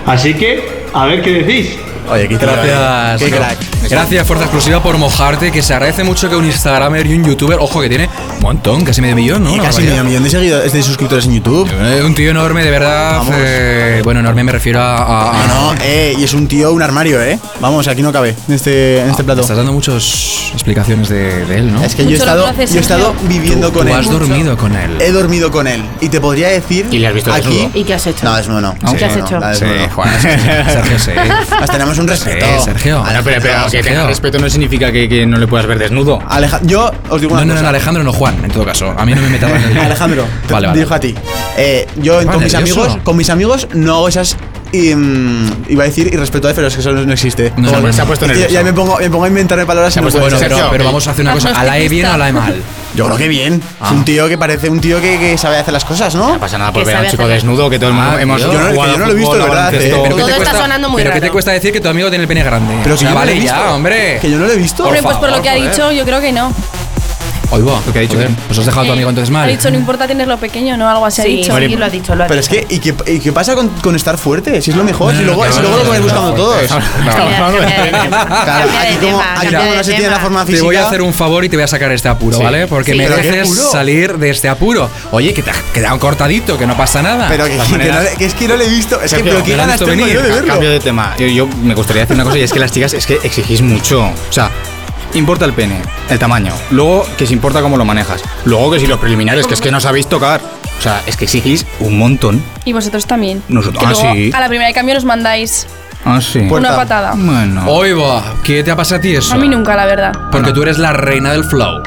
[SPEAKER 6] así que a ver qué decís.
[SPEAKER 4] Oye, qué
[SPEAKER 1] Gracias.
[SPEAKER 4] Qué
[SPEAKER 1] Bueno,
[SPEAKER 4] crack. Eh,
[SPEAKER 1] Gracias, Fuerza Explosiva, por mojarte, que se agradece mucho que un Instagramer y un youtuber, ojo que tiene un montón, casi medio millón, ¿no? Una
[SPEAKER 4] Casi
[SPEAKER 1] barbaridad.
[SPEAKER 4] medio millón de seguidores de suscriptores en YouTube.
[SPEAKER 1] Eh, Un tío enorme, de verdad.
[SPEAKER 4] Vamos.
[SPEAKER 1] eh, bueno, enorme me refiero a. a- a-
[SPEAKER 4] No, eh, y es un tío, un armario, eh. Vamos, aquí no cabe, en este, en este plato.
[SPEAKER 1] Estás dando muchas explicaciones de, de él, ¿no?
[SPEAKER 4] Es que yo he
[SPEAKER 2] Mucho lo
[SPEAKER 4] estado,
[SPEAKER 2] conoces,
[SPEAKER 4] yo he estado
[SPEAKER 2] Sergio.
[SPEAKER 4] viviendo
[SPEAKER 1] Tú
[SPEAKER 4] con él.
[SPEAKER 1] has dormido con él.
[SPEAKER 4] He dormido con él. Y te podría decir.
[SPEAKER 3] ¿Y le has visto
[SPEAKER 4] aquí.
[SPEAKER 3] desnudo?
[SPEAKER 5] ¿Y qué has hecho?
[SPEAKER 4] No, desnudo no.
[SPEAKER 5] ¿Qué has
[SPEAKER 4] Desnudo no,
[SPEAKER 5] hecho?
[SPEAKER 4] la
[SPEAKER 3] Sí,
[SPEAKER 4] desnudo no.
[SPEAKER 3] Juan.
[SPEAKER 1] Sergio, sí.
[SPEAKER 4] Nos Pues tenemos un respeto.
[SPEAKER 1] Sí, Sergio.
[SPEAKER 3] Ah, no, pero, pero que
[SPEAKER 1] Sergio.
[SPEAKER 3] tenga respeto no significa que, que no le puedas ver desnudo.
[SPEAKER 4] Aleja- yo os digo
[SPEAKER 1] No,
[SPEAKER 4] una
[SPEAKER 1] no,
[SPEAKER 4] cosa.
[SPEAKER 1] no, Alejandro, no Juan, en todo caso. A mí no me metas en el.
[SPEAKER 4] Alejandro, te
[SPEAKER 1] Vale, vale.
[SPEAKER 4] digo a ti. Eh, yo
[SPEAKER 1] Ah,
[SPEAKER 4] con mis
[SPEAKER 1] nervioso.
[SPEAKER 4] amigos, con mis amigos no hago esas y, mm, iba a decir irrespeto pero es que eso no no existe.
[SPEAKER 1] No,
[SPEAKER 4] Como-
[SPEAKER 1] no, no. Se ha
[SPEAKER 3] puesto
[SPEAKER 4] Es que
[SPEAKER 3] nervioso.
[SPEAKER 4] Ya me pongo, me pongo a inventarme palabras y
[SPEAKER 3] ha
[SPEAKER 4] no
[SPEAKER 3] puesto
[SPEAKER 4] puedo.
[SPEAKER 1] Bueno,
[SPEAKER 3] Sergio,
[SPEAKER 1] pero, pero
[SPEAKER 3] el-
[SPEAKER 1] vamos Ah. a hacer una cosa. ¿A la E bien o a la E mal?
[SPEAKER 4] Yo creo que bien. Es un tío que parece un tío que, que sabe hacer las cosas, ¿no?
[SPEAKER 3] No pasa nada por
[SPEAKER 5] Que
[SPEAKER 3] ver a un
[SPEAKER 5] sabe
[SPEAKER 3] chico
[SPEAKER 5] hacer-
[SPEAKER 3] desnudo que todo el mundo
[SPEAKER 1] Ah,
[SPEAKER 3] hemos
[SPEAKER 1] yo no-
[SPEAKER 4] que
[SPEAKER 3] jugado
[SPEAKER 4] yo no lo he
[SPEAKER 3] al
[SPEAKER 4] visto,
[SPEAKER 3] fútbol,
[SPEAKER 4] de verdad,
[SPEAKER 3] baloncesto.
[SPEAKER 4] eh,
[SPEAKER 1] ¿qué
[SPEAKER 5] Todo
[SPEAKER 1] te
[SPEAKER 5] está
[SPEAKER 1] cuesta-
[SPEAKER 5] sonando muy
[SPEAKER 1] pero ¿qué
[SPEAKER 5] raro.
[SPEAKER 1] te cuesta decir que tu amigo tiene el pene grande?
[SPEAKER 4] Pero
[SPEAKER 1] O
[SPEAKER 4] que
[SPEAKER 1] sea,
[SPEAKER 4] yo no lo he
[SPEAKER 1] vale ya,
[SPEAKER 4] visto.
[SPEAKER 1] hombre.
[SPEAKER 4] Que yo no lo he visto.
[SPEAKER 1] Por
[SPEAKER 2] Hombre, pues por
[SPEAKER 1] favor,
[SPEAKER 2] lo que ha
[SPEAKER 1] joder.
[SPEAKER 2] dicho, yo creo que no.
[SPEAKER 1] Hoy va.
[SPEAKER 3] Lo que ha dicho
[SPEAKER 1] Joder,
[SPEAKER 3] él.
[SPEAKER 1] Pues has dejado a tu
[SPEAKER 2] Eh,
[SPEAKER 1] amigo entonces mal.
[SPEAKER 2] Ha dicho, no importa tenerlo pequeño, ¿no? Algo así ha
[SPEAKER 5] Sí,
[SPEAKER 2] dicho.
[SPEAKER 5] sí, lo ha dicho, lo ha
[SPEAKER 4] Pero es
[SPEAKER 5] dicho.
[SPEAKER 4] que, ¿y qué, y qué pasa con, con estar fuerte? Si es lo mejor, Oh,
[SPEAKER 1] No,
[SPEAKER 4] si luego,
[SPEAKER 1] no,
[SPEAKER 4] si
[SPEAKER 1] no,
[SPEAKER 4] luego
[SPEAKER 1] no,
[SPEAKER 4] lo vais
[SPEAKER 1] no,
[SPEAKER 4] buscando
[SPEAKER 1] no,
[SPEAKER 4] todos.
[SPEAKER 5] Cambia- cambia de tema,
[SPEAKER 4] Claro,
[SPEAKER 5] cambia de
[SPEAKER 4] aquí como,
[SPEAKER 5] tema,
[SPEAKER 4] aquí
[SPEAKER 5] cambia
[SPEAKER 4] como
[SPEAKER 5] de
[SPEAKER 4] no se tiene
[SPEAKER 5] tema.
[SPEAKER 4] la forma física.
[SPEAKER 1] Te voy a hacer un favor y te voy a sacar este apuro,
[SPEAKER 3] Sí.
[SPEAKER 1] ¿vale? Porque
[SPEAKER 5] Sí.
[SPEAKER 1] me
[SPEAKER 4] ¿Pero qué
[SPEAKER 1] dejes
[SPEAKER 4] apuro?
[SPEAKER 1] salir de este apuro. Oye, que te has quedado cortadito, que no pasa nada.
[SPEAKER 4] Pero que,
[SPEAKER 3] Las
[SPEAKER 4] que no
[SPEAKER 3] maneras-
[SPEAKER 4] le- que es que no lo he visto. Es que,
[SPEAKER 3] Sergio,
[SPEAKER 4] pero qué
[SPEAKER 1] me lo han
[SPEAKER 4] ganas
[SPEAKER 1] visto
[SPEAKER 4] tengo yo de
[SPEAKER 1] venir. Ah,
[SPEAKER 4] verlo.
[SPEAKER 3] Cambio de tema. Yo, yo me gustaría decir una cosa y es que las chicas es que exigís mucho. O sea, importa el pene, el tamaño. Luego que se importa cómo lo manejas. Luego que si los preliminares, que es que no sabéis tocar. O sea, es que exigís un montón.
[SPEAKER 2] Y vosotros también.
[SPEAKER 3] Nosotros-
[SPEAKER 2] Que
[SPEAKER 3] ah,
[SPEAKER 2] luego,
[SPEAKER 3] sí.
[SPEAKER 2] A la primera de cambio nos mandáis
[SPEAKER 3] Ah, sí.
[SPEAKER 4] Puerta.
[SPEAKER 2] una patada.
[SPEAKER 3] Bueno.
[SPEAKER 1] Hoy va, ¿qué te ha pasado a ti eso?
[SPEAKER 2] A mí nunca, la verdad.
[SPEAKER 1] Porque tú eres la reina del flow.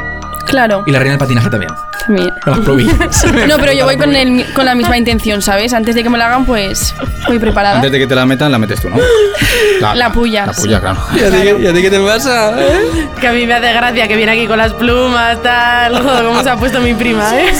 [SPEAKER 2] Claro.
[SPEAKER 1] Y la reina del patinaje también.
[SPEAKER 2] también.
[SPEAKER 1] Las probillas.
[SPEAKER 2] No, pero yo voy con, el- con la misma intención, ¿sabes? Antes de que me la hagan, pues voy preparada.
[SPEAKER 3] Antes de que te la metan, la metes tú, ¿no?
[SPEAKER 2] La puya.
[SPEAKER 3] La puya, claro.
[SPEAKER 1] ¿Y a ti qué- y a ti qué te pasa? eh?
[SPEAKER 5] Que a mí me hace gracia que viene aquí con las plumas, tal. Joder, cómo se ha puesto mi prima, ¿eh?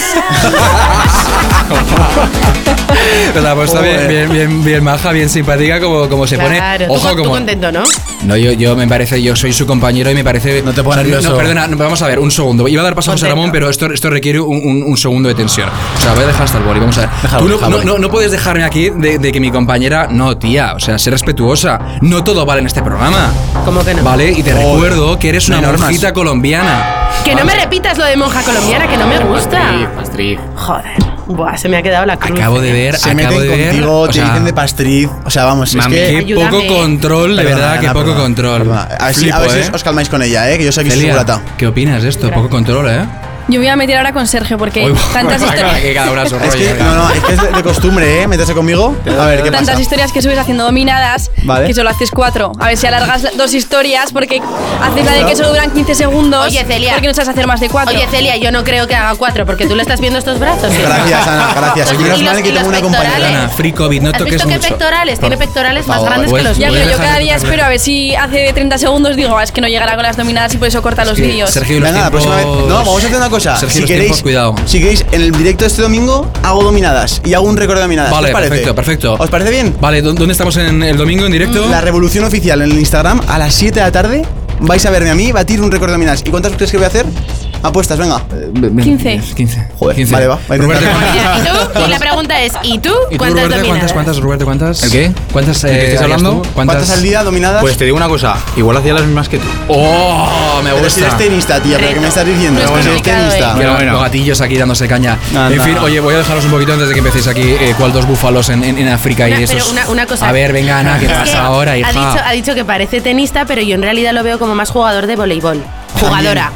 [SPEAKER 1] Pues la apuesta bien, bien, bien, bien maja, bien simpática, como, como se
[SPEAKER 5] Claro, tú
[SPEAKER 1] pone. Ojo,
[SPEAKER 5] con- tú
[SPEAKER 1] como.
[SPEAKER 5] contento, ¿no?
[SPEAKER 1] No, yo, yo me parece, yo soy su compañero y me parece.
[SPEAKER 4] No te pongas nervioso.
[SPEAKER 1] No, perdona, no, vamos a ver, un segundo. Iba a dar paso a José
[SPEAKER 5] Contento.
[SPEAKER 1] Ramón, pero esto, esto requiere un, un- un segundo de tensión. O sea, voy a dejar hasta el boli, vamos a ver.
[SPEAKER 4] Déjalo,
[SPEAKER 1] Tú no,
[SPEAKER 4] déjalo.
[SPEAKER 1] no- no- no puedes dejarme aquí de, de que mi compañera. No, tía, o sea, ser respetuosa. No todo vale en este programa.
[SPEAKER 5] ¿Cómo que no?
[SPEAKER 1] Vale, y te recuerdo que eres una
[SPEAKER 4] no hay normas.
[SPEAKER 1] monjita colombiana.
[SPEAKER 5] Que no me repitas lo de monja colombiana, que no me gusta.
[SPEAKER 3] Pastriz.
[SPEAKER 5] Joder. Buah, se me ha quedado la cruz. eh.
[SPEAKER 1] Acabo de ver,
[SPEAKER 4] Se
[SPEAKER 1] acabo
[SPEAKER 4] meten
[SPEAKER 1] de ver.
[SPEAKER 4] contigo,
[SPEAKER 1] o
[SPEAKER 4] te
[SPEAKER 1] sea,
[SPEAKER 4] dicen de pastriz. O sea, vamos,
[SPEAKER 3] Mami,
[SPEAKER 4] es que.
[SPEAKER 1] Qué
[SPEAKER 5] Ayúdame.
[SPEAKER 1] poco control, de
[SPEAKER 4] Perdona,
[SPEAKER 1] verdad, qué
[SPEAKER 4] Ana,
[SPEAKER 1] poco
[SPEAKER 4] perdona,
[SPEAKER 1] control.
[SPEAKER 4] perdona. A ver si-
[SPEAKER 1] Flipo,
[SPEAKER 4] a veces
[SPEAKER 1] ¿eh?
[SPEAKER 4] os calmáis con ella, ¿eh? que yo sé que soy
[SPEAKER 1] Celia,
[SPEAKER 4] segurata.
[SPEAKER 1] ¿Qué opinas de esto? Poco control, ¿eh?
[SPEAKER 2] Yo voy a meter ahora con Sergio porque
[SPEAKER 1] Uy,
[SPEAKER 2] tantas, histori-
[SPEAKER 1] que cada uno a su
[SPEAKER 4] Es
[SPEAKER 1] rollo,
[SPEAKER 4] que,
[SPEAKER 1] venga.
[SPEAKER 4] no, no, es que es de, de costumbre, ¿eh? Meterse conmigo. A ver, ¿qué pasa?
[SPEAKER 2] tantas historias que subes haciendo dominadas,
[SPEAKER 4] Vale.
[SPEAKER 2] que solo haces cuatro. A ver si alargas la- dos historias porque haces la de que solo duran 15 segundos.
[SPEAKER 5] Oye, Celia.
[SPEAKER 2] Porque no sabes hacer más de cuatro.
[SPEAKER 5] Oye, Celia, yo no creo que haga cuatro, porque tú le estás viendo estos brazos. ¿sí?
[SPEAKER 4] Gracias, Ana, gracias.
[SPEAKER 5] Los-
[SPEAKER 4] Y menos
[SPEAKER 5] y los-
[SPEAKER 4] mal que
[SPEAKER 5] y los
[SPEAKER 4] tengo una
[SPEAKER 5] pectorales.
[SPEAKER 1] Ana,
[SPEAKER 4] compañera.
[SPEAKER 1] free COVID, no
[SPEAKER 5] ¿Has
[SPEAKER 1] toques
[SPEAKER 5] visto qué
[SPEAKER 1] mucho.
[SPEAKER 5] pectorales? Tiene
[SPEAKER 1] Por-
[SPEAKER 5] pectorales
[SPEAKER 1] por
[SPEAKER 5] más
[SPEAKER 1] favor,
[SPEAKER 5] grandes que los
[SPEAKER 1] voy a-
[SPEAKER 2] ya,
[SPEAKER 5] míos.
[SPEAKER 1] voy
[SPEAKER 2] pero yo
[SPEAKER 1] a dejar
[SPEAKER 2] cada
[SPEAKER 1] de
[SPEAKER 2] día
[SPEAKER 1] tocarme.
[SPEAKER 2] espero a ver si hace 30 segundos digo, "Ah, es que no llegará con las dominadas y por eso corta los
[SPEAKER 1] Sí,
[SPEAKER 2] vídeos.
[SPEAKER 1] Sergio, y los
[SPEAKER 4] Venga, la próxima vez.
[SPEAKER 1] tiempos-
[SPEAKER 4] No, vamos a hacer una cosa.
[SPEAKER 1] Sergio,
[SPEAKER 4] si
[SPEAKER 1] los
[SPEAKER 4] queréis,
[SPEAKER 1] tiempos, cuidado.
[SPEAKER 4] si queréis, en el directo este domingo hago dominadas y hago un récord de dominadas. ¿Qué
[SPEAKER 1] Vale,
[SPEAKER 4] os parece?
[SPEAKER 1] perfecto, perfecto.
[SPEAKER 4] ¿Os parece bien?
[SPEAKER 1] Vale, ¿dó- ¿dónde estamos en el domingo en directo?
[SPEAKER 4] Mm, La revolución oficial en el Instagram a las 7 de la tarde. Vais a verme a mí batir un récord de dominadas. ¿Y cuántas crees que voy a hacer? Apuestas, venga.
[SPEAKER 2] 15.
[SPEAKER 1] 15.
[SPEAKER 4] Joder, vale, va, va a
[SPEAKER 1] Roberto,
[SPEAKER 4] intentar.
[SPEAKER 1] ¿cuántas-
[SPEAKER 5] ¿Y tú? Y la pregunta es, ¿y tú
[SPEAKER 1] ¿Y tú,
[SPEAKER 5] cuántas
[SPEAKER 1] Roberto, cuántas,
[SPEAKER 5] dominadas?
[SPEAKER 1] cuántas, Roberto, cuántas?
[SPEAKER 3] ¿El qué?
[SPEAKER 1] ¿Cuántas
[SPEAKER 3] ¿El que
[SPEAKER 1] eh,
[SPEAKER 3] estés
[SPEAKER 1] harías
[SPEAKER 3] hablando?
[SPEAKER 1] tú?
[SPEAKER 4] ¿Cuántas al día dominadas?
[SPEAKER 3] Pues te digo una cosa, igual hacía las mismas que tú.
[SPEAKER 1] ¡Oh! Me
[SPEAKER 4] Pero si eres
[SPEAKER 1] gusta.
[SPEAKER 4] tenista, tía, ¿pero qué me estás diciendo?
[SPEAKER 5] Reto.
[SPEAKER 4] Pero si eres
[SPEAKER 5] Complicado,
[SPEAKER 4] tenista.
[SPEAKER 1] Mira,
[SPEAKER 3] Pero bueno.
[SPEAKER 1] Los gatillos aquí dándose caña.
[SPEAKER 4] Anda.
[SPEAKER 1] En fin, oye, voy a dejaros un poquito antes de que empecéis aquí. Eh, ¿Cuál dos búfalos en, en- en África
[SPEAKER 5] Una-
[SPEAKER 1] y
[SPEAKER 5] pero
[SPEAKER 1] esos?
[SPEAKER 5] una- una cosa.
[SPEAKER 1] A ver, venga, Ana, ¿qué
[SPEAKER 5] Es que
[SPEAKER 1] pasa ahora, hija?
[SPEAKER 5] Ha dicho, ha dicho que parece tenista, pero yo en realidad lo veo como más jugador de voleibol. Jugadora.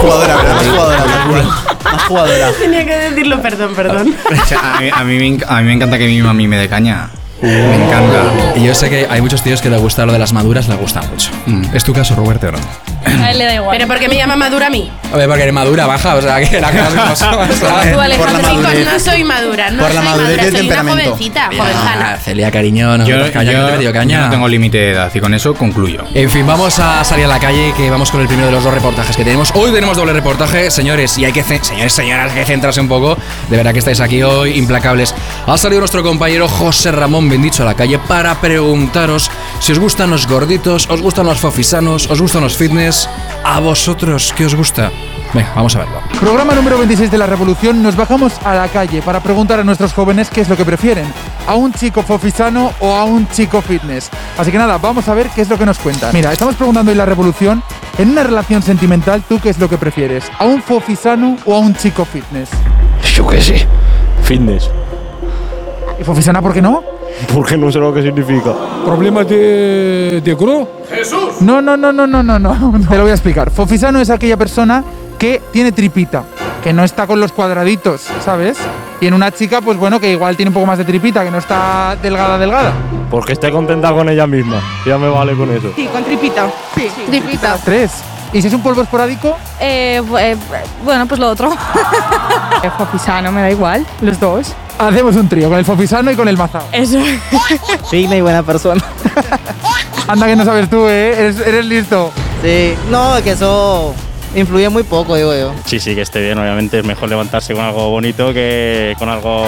[SPEAKER 4] Jugadora, ¿verdad? Más jugadora, más jugadora. Más jugadora.
[SPEAKER 5] Tenía que decirlo, perdón, perdón.
[SPEAKER 3] O sea, a, mí, a mí me enc- a mí me encanta que mi mami me dé caña. Me encanta.
[SPEAKER 1] Mm. Y yo sé que hay muchos tíos que les gusta lo de las maduras, les gusta mucho. ¿Es tu caso, Roberto, o no?
[SPEAKER 2] A él le da igual.
[SPEAKER 5] Pero porque me llama madura a mí.
[SPEAKER 1] A ver, porque eres madura, baja, o sea, que la cosa como son, ¿sabes?
[SPEAKER 2] Tú,
[SPEAKER 4] Ah, Por la
[SPEAKER 2] Alejandro,
[SPEAKER 5] Chicos,
[SPEAKER 4] madurez.
[SPEAKER 5] no soy madura, no
[SPEAKER 4] Por la
[SPEAKER 5] soy
[SPEAKER 4] madurez
[SPEAKER 5] madura,
[SPEAKER 4] del
[SPEAKER 5] soy una
[SPEAKER 4] temperamento.
[SPEAKER 5] jovencana.
[SPEAKER 1] Ah, Celia, cariño, no me metas caña, que no te he metido caña.
[SPEAKER 3] yo no tengo límite de edad y con eso concluyo.
[SPEAKER 1] En fin, vamos a salir a la calle que vamos con el primero de los dos reportajes que tenemos. Hoy tenemos doble reportaje, señores, y hay que ce- señores, señoras, hay que centrarse un poco. De verdad que estáis aquí hoy implacables. Ha salido nuestro compañero José Ramón Bendicho a la calle para preguntaros si os gustan los gorditos, os gustan los fofisanos, os gustan los fitness. ¿A vosotros qué os gusta? Venga, vamos a verlo.
[SPEAKER 7] Programa número 26 de la Revolución, nos bajamos a la calle para preguntar a nuestros jóvenes qué es lo que prefieren, a un chico fofisano o a un chico fitness. Así que nada, vamos a ver qué es lo que nos cuentan. Mira, estamos preguntando en la Revolución, en una relación sentimental, ¿tú qué es lo que prefieres? ¿A un fofisano o a un chico fitness?
[SPEAKER 8] Yo qué sé. Fitness.
[SPEAKER 7] ¿Y fofisana por qué no?
[SPEAKER 8] Porque no sé lo que significa.
[SPEAKER 7] ¿Problemas de, de ¡Jesús! No, no, no, no, no, no, no. Te lo voy a explicar. Fofisano es aquella persona que tiene tripita, que no está con los cuadraditos, ¿sabes? Y en una chica, pues bueno, que igual tiene un poco más de tripita, que no está delgada, delgada.
[SPEAKER 8] Porque esté contenta con ella misma. Ya me vale con eso.
[SPEAKER 9] Sí, con tripita. Sí, tripita.
[SPEAKER 7] Tres. Y si es un polvo esporádico,
[SPEAKER 10] Eh, bu- eh, bueno, pues lo otro.
[SPEAKER 9] Fisano, me da igual, los dos.
[SPEAKER 7] hacemos un trío con el fofisano y con el mazao.
[SPEAKER 9] Eso.
[SPEAKER 11] Digna y buena persona.
[SPEAKER 7] Anda que no sabes tú, ¿eh? Eres, eres listo.
[SPEAKER 11] Sí. No, que eso influye muy poco, digo yo.
[SPEAKER 8] Sí, sí, que esté bien. Obviamente es mejor levantarse con algo bonito que con algo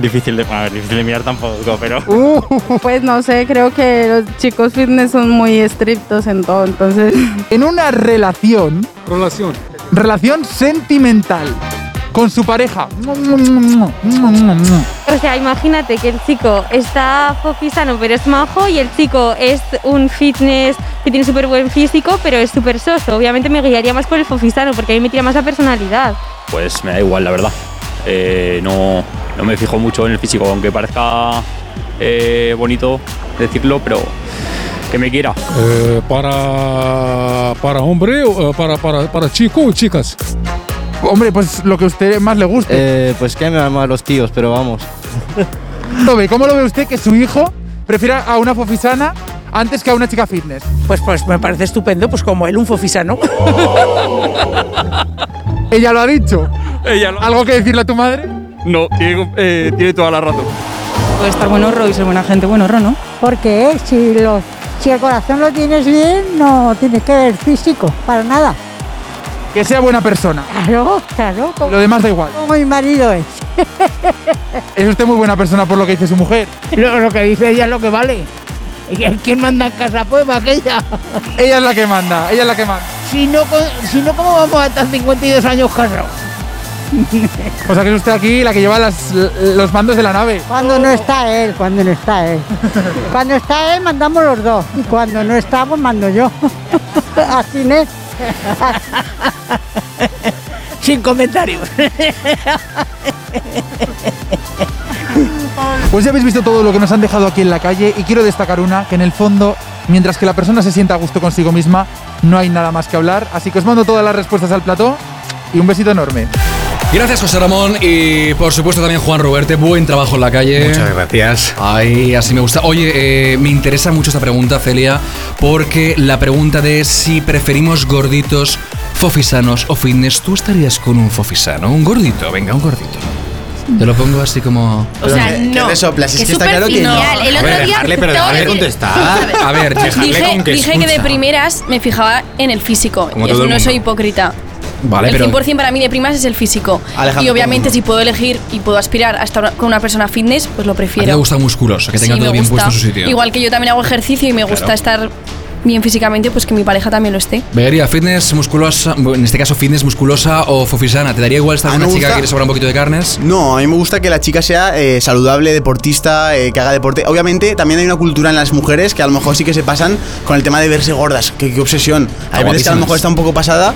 [SPEAKER 8] difícil de, a ver, difícil de mirar tampoco, pero...
[SPEAKER 7] Uh,
[SPEAKER 10] Pues no sé, creo que los chicos fitness son muy estrictos en todo, entonces.
[SPEAKER 7] en una relación,
[SPEAKER 8] Relación.
[SPEAKER 7] relación sentimental, con su pareja.
[SPEAKER 10] O sea, imagínate que el chico está fofisano pero es majo y el chico es un fitness que tiene súper buen físico pero es súper soso. Obviamente me guiaría más por el fofisano porque a mí me tira más la personalidad.
[SPEAKER 8] Pues me da igual, la verdad. Eh, no, no me fijo mucho en el físico, aunque parezca eh, bonito decirlo, pero que me quiera.
[SPEAKER 7] para, para hombre, para, para, para chico o chicas. Hombre, pues lo que a usted más le guste.
[SPEAKER 11] pues que me amo a los tíos, pero vamos.
[SPEAKER 7] Tobe, ¿cómo lo ve usted que su hijo prefiera a una fofisana antes que a una chica fitness?
[SPEAKER 9] Pues, pues me parece estupendo, pues como él, un fofisano.
[SPEAKER 7] Ella lo ha dicho.
[SPEAKER 8] Ella lo-
[SPEAKER 7] ¿Algo que decirle a tu madre?
[SPEAKER 8] No, tiene, eh, tiene toda la razón.
[SPEAKER 9] Puede estar buen horro y ser buena gente, buen horro, ¿no?
[SPEAKER 10] Porque si, los, si el corazón lo tienes bien, no tienes que ver físico, para nada.
[SPEAKER 7] Que sea buena persona.
[SPEAKER 10] Claro, claro,
[SPEAKER 7] Lo demás da igual.
[SPEAKER 10] mi marido es.
[SPEAKER 7] Es usted muy buena persona por lo que dice su mujer.
[SPEAKER 11] Lo, que dice ella es lo que vale. ¿Quién manda en casa? Pues aquella.
[SPEAKER 7] Ella es la que manda, ella es la que manda.
[SPEAKER 11] Si no, si no ¿cómo vamos a estar 52 años casados?
[SPEAKER 7] O sea que es usted aquí la que lleva las- los mandos de la nave.
[SPEAKER 10] Cuando no está él, cuando no está él. Cuando está él, mandamos los dos. Y cuando no estamos, mando yo. Así es.
[SPEAKER 11] Sin comentarios.
[SPEAKER 7] Pues ya habéis visto todo lo que nos han dejado aquí en la calle y quiero destacar una que en el fondo, mientras que la persona se sienta a gusto consigo misma, no hay nada más que hablar. Así que os mando todas las respuestas al plató y un besito enorme.
[SPEAKER 1] Gracias, José Ramón, y por supuesto también Juan Roberte. Buen trabajo en la calle.
[SPEAKER 3] Muchas gracias.
[SPEAKER 1] Ay, así me gusta. Oye, eh, me interesa mucho esta pregunta, Celia, porque la pregunta de si preferimos gorditos, fofisanos o fitness, ¿tú estarías con un fofisano? Un gordito, venga, un gordito. Te lo pongo así como...
[SPEAKER 5] O sea,
[SPEAKER 4] ¿qué-
[SPEAKER 5] no.
[SPEAKER 4] qué le soplas? Es que está claro que no.
[SPEAKER 5] superficial. El
[SPEAKER 3] A
[SPEAKER 5] otro
[SPEAKER 3] ver,
[SPEAKER 5] día
[SPEAKER 3] dejarle, pero
[SPEAKER 5] tengo
[SPEAKER 3] dejarle
[SPEAKER 5] que-
[SPEAKER 3] contestar.
[SPEAKER 1] A ver, dejarle
[SPEAKER 2] Dije,
[SPEAKER 1] con que
[SPEAKER 2] dije que de
[SPEAKER 1] escucha.
[SPEAKER 2] primeras me fijaba en el físico.
[SPEAKER 3] Como
[SPEAKER 2] y
[SPEAKER 3] todo
[SPEAKER 2] eso
[SPEAKER 3] el
[SPEAKER 2] no
[SPEAKER 3] mundo.
[SPEAKER 2] soy hipócrita.
[SPEAKER 1] Vale,
[SPEAKER 2] el
[SPEAKER 1] pero...
[SPEAKER 2] 100% para mí de primas es el físico.
[SPEAKER 4] Alejandro,
[SPEAKER 2] y obviamente
[SPEAKER 4] ¿cómo?
[SPEAKER 2] si puedo elegir y puedo aspirar a estar una- con una persona fitness, pues lo
[SPEAKER 1] A ti
[SPEAKER 2] prefiero.
[SPEAKER 1] te gusta musculoso, que tenga
[SPEAKER 2] Sí,
[SPEAKER 1] todo
[SPEAKER 2] me
[SPEAKER 1] bien
[SPEAKER 2] gusta.
[SPEAKER 1] puesto en su sitio.
[SPEAKER 2] Igual que yo también hago ejercicio y me gusta
[SPEAKER 1] Claro.
[SPEAKER 2] estar bien físicamente, pues que mi pareja también lo esté.
[SPEAKER 1] Me daría fitness musculosa, en este caso fitness musculosa o fofisana. ¿Te daría igual estar
[SPEAKER 4] Ah,
[SPEAKER 1] con
[SPEAKER 4] no
[SPEAKER 1] una chica
[SPEAKER 4] gusta.
[SPEAKER 1] que le sobra un poquito de carnes?
[SPEAKER 4] No, a mí me gusta que la chica sea eh, saludable, deportista, eh, que haga deporte. Obviamente, también hay una cultura en las mujeres que a lo mejor sí que se pasan con el tema de verse gordas. Qué, qué obsesión. Hay veces que a
[SPEAKER 1] guapísimas.
[SPEAKER 4] lo mejor está un poco pasada,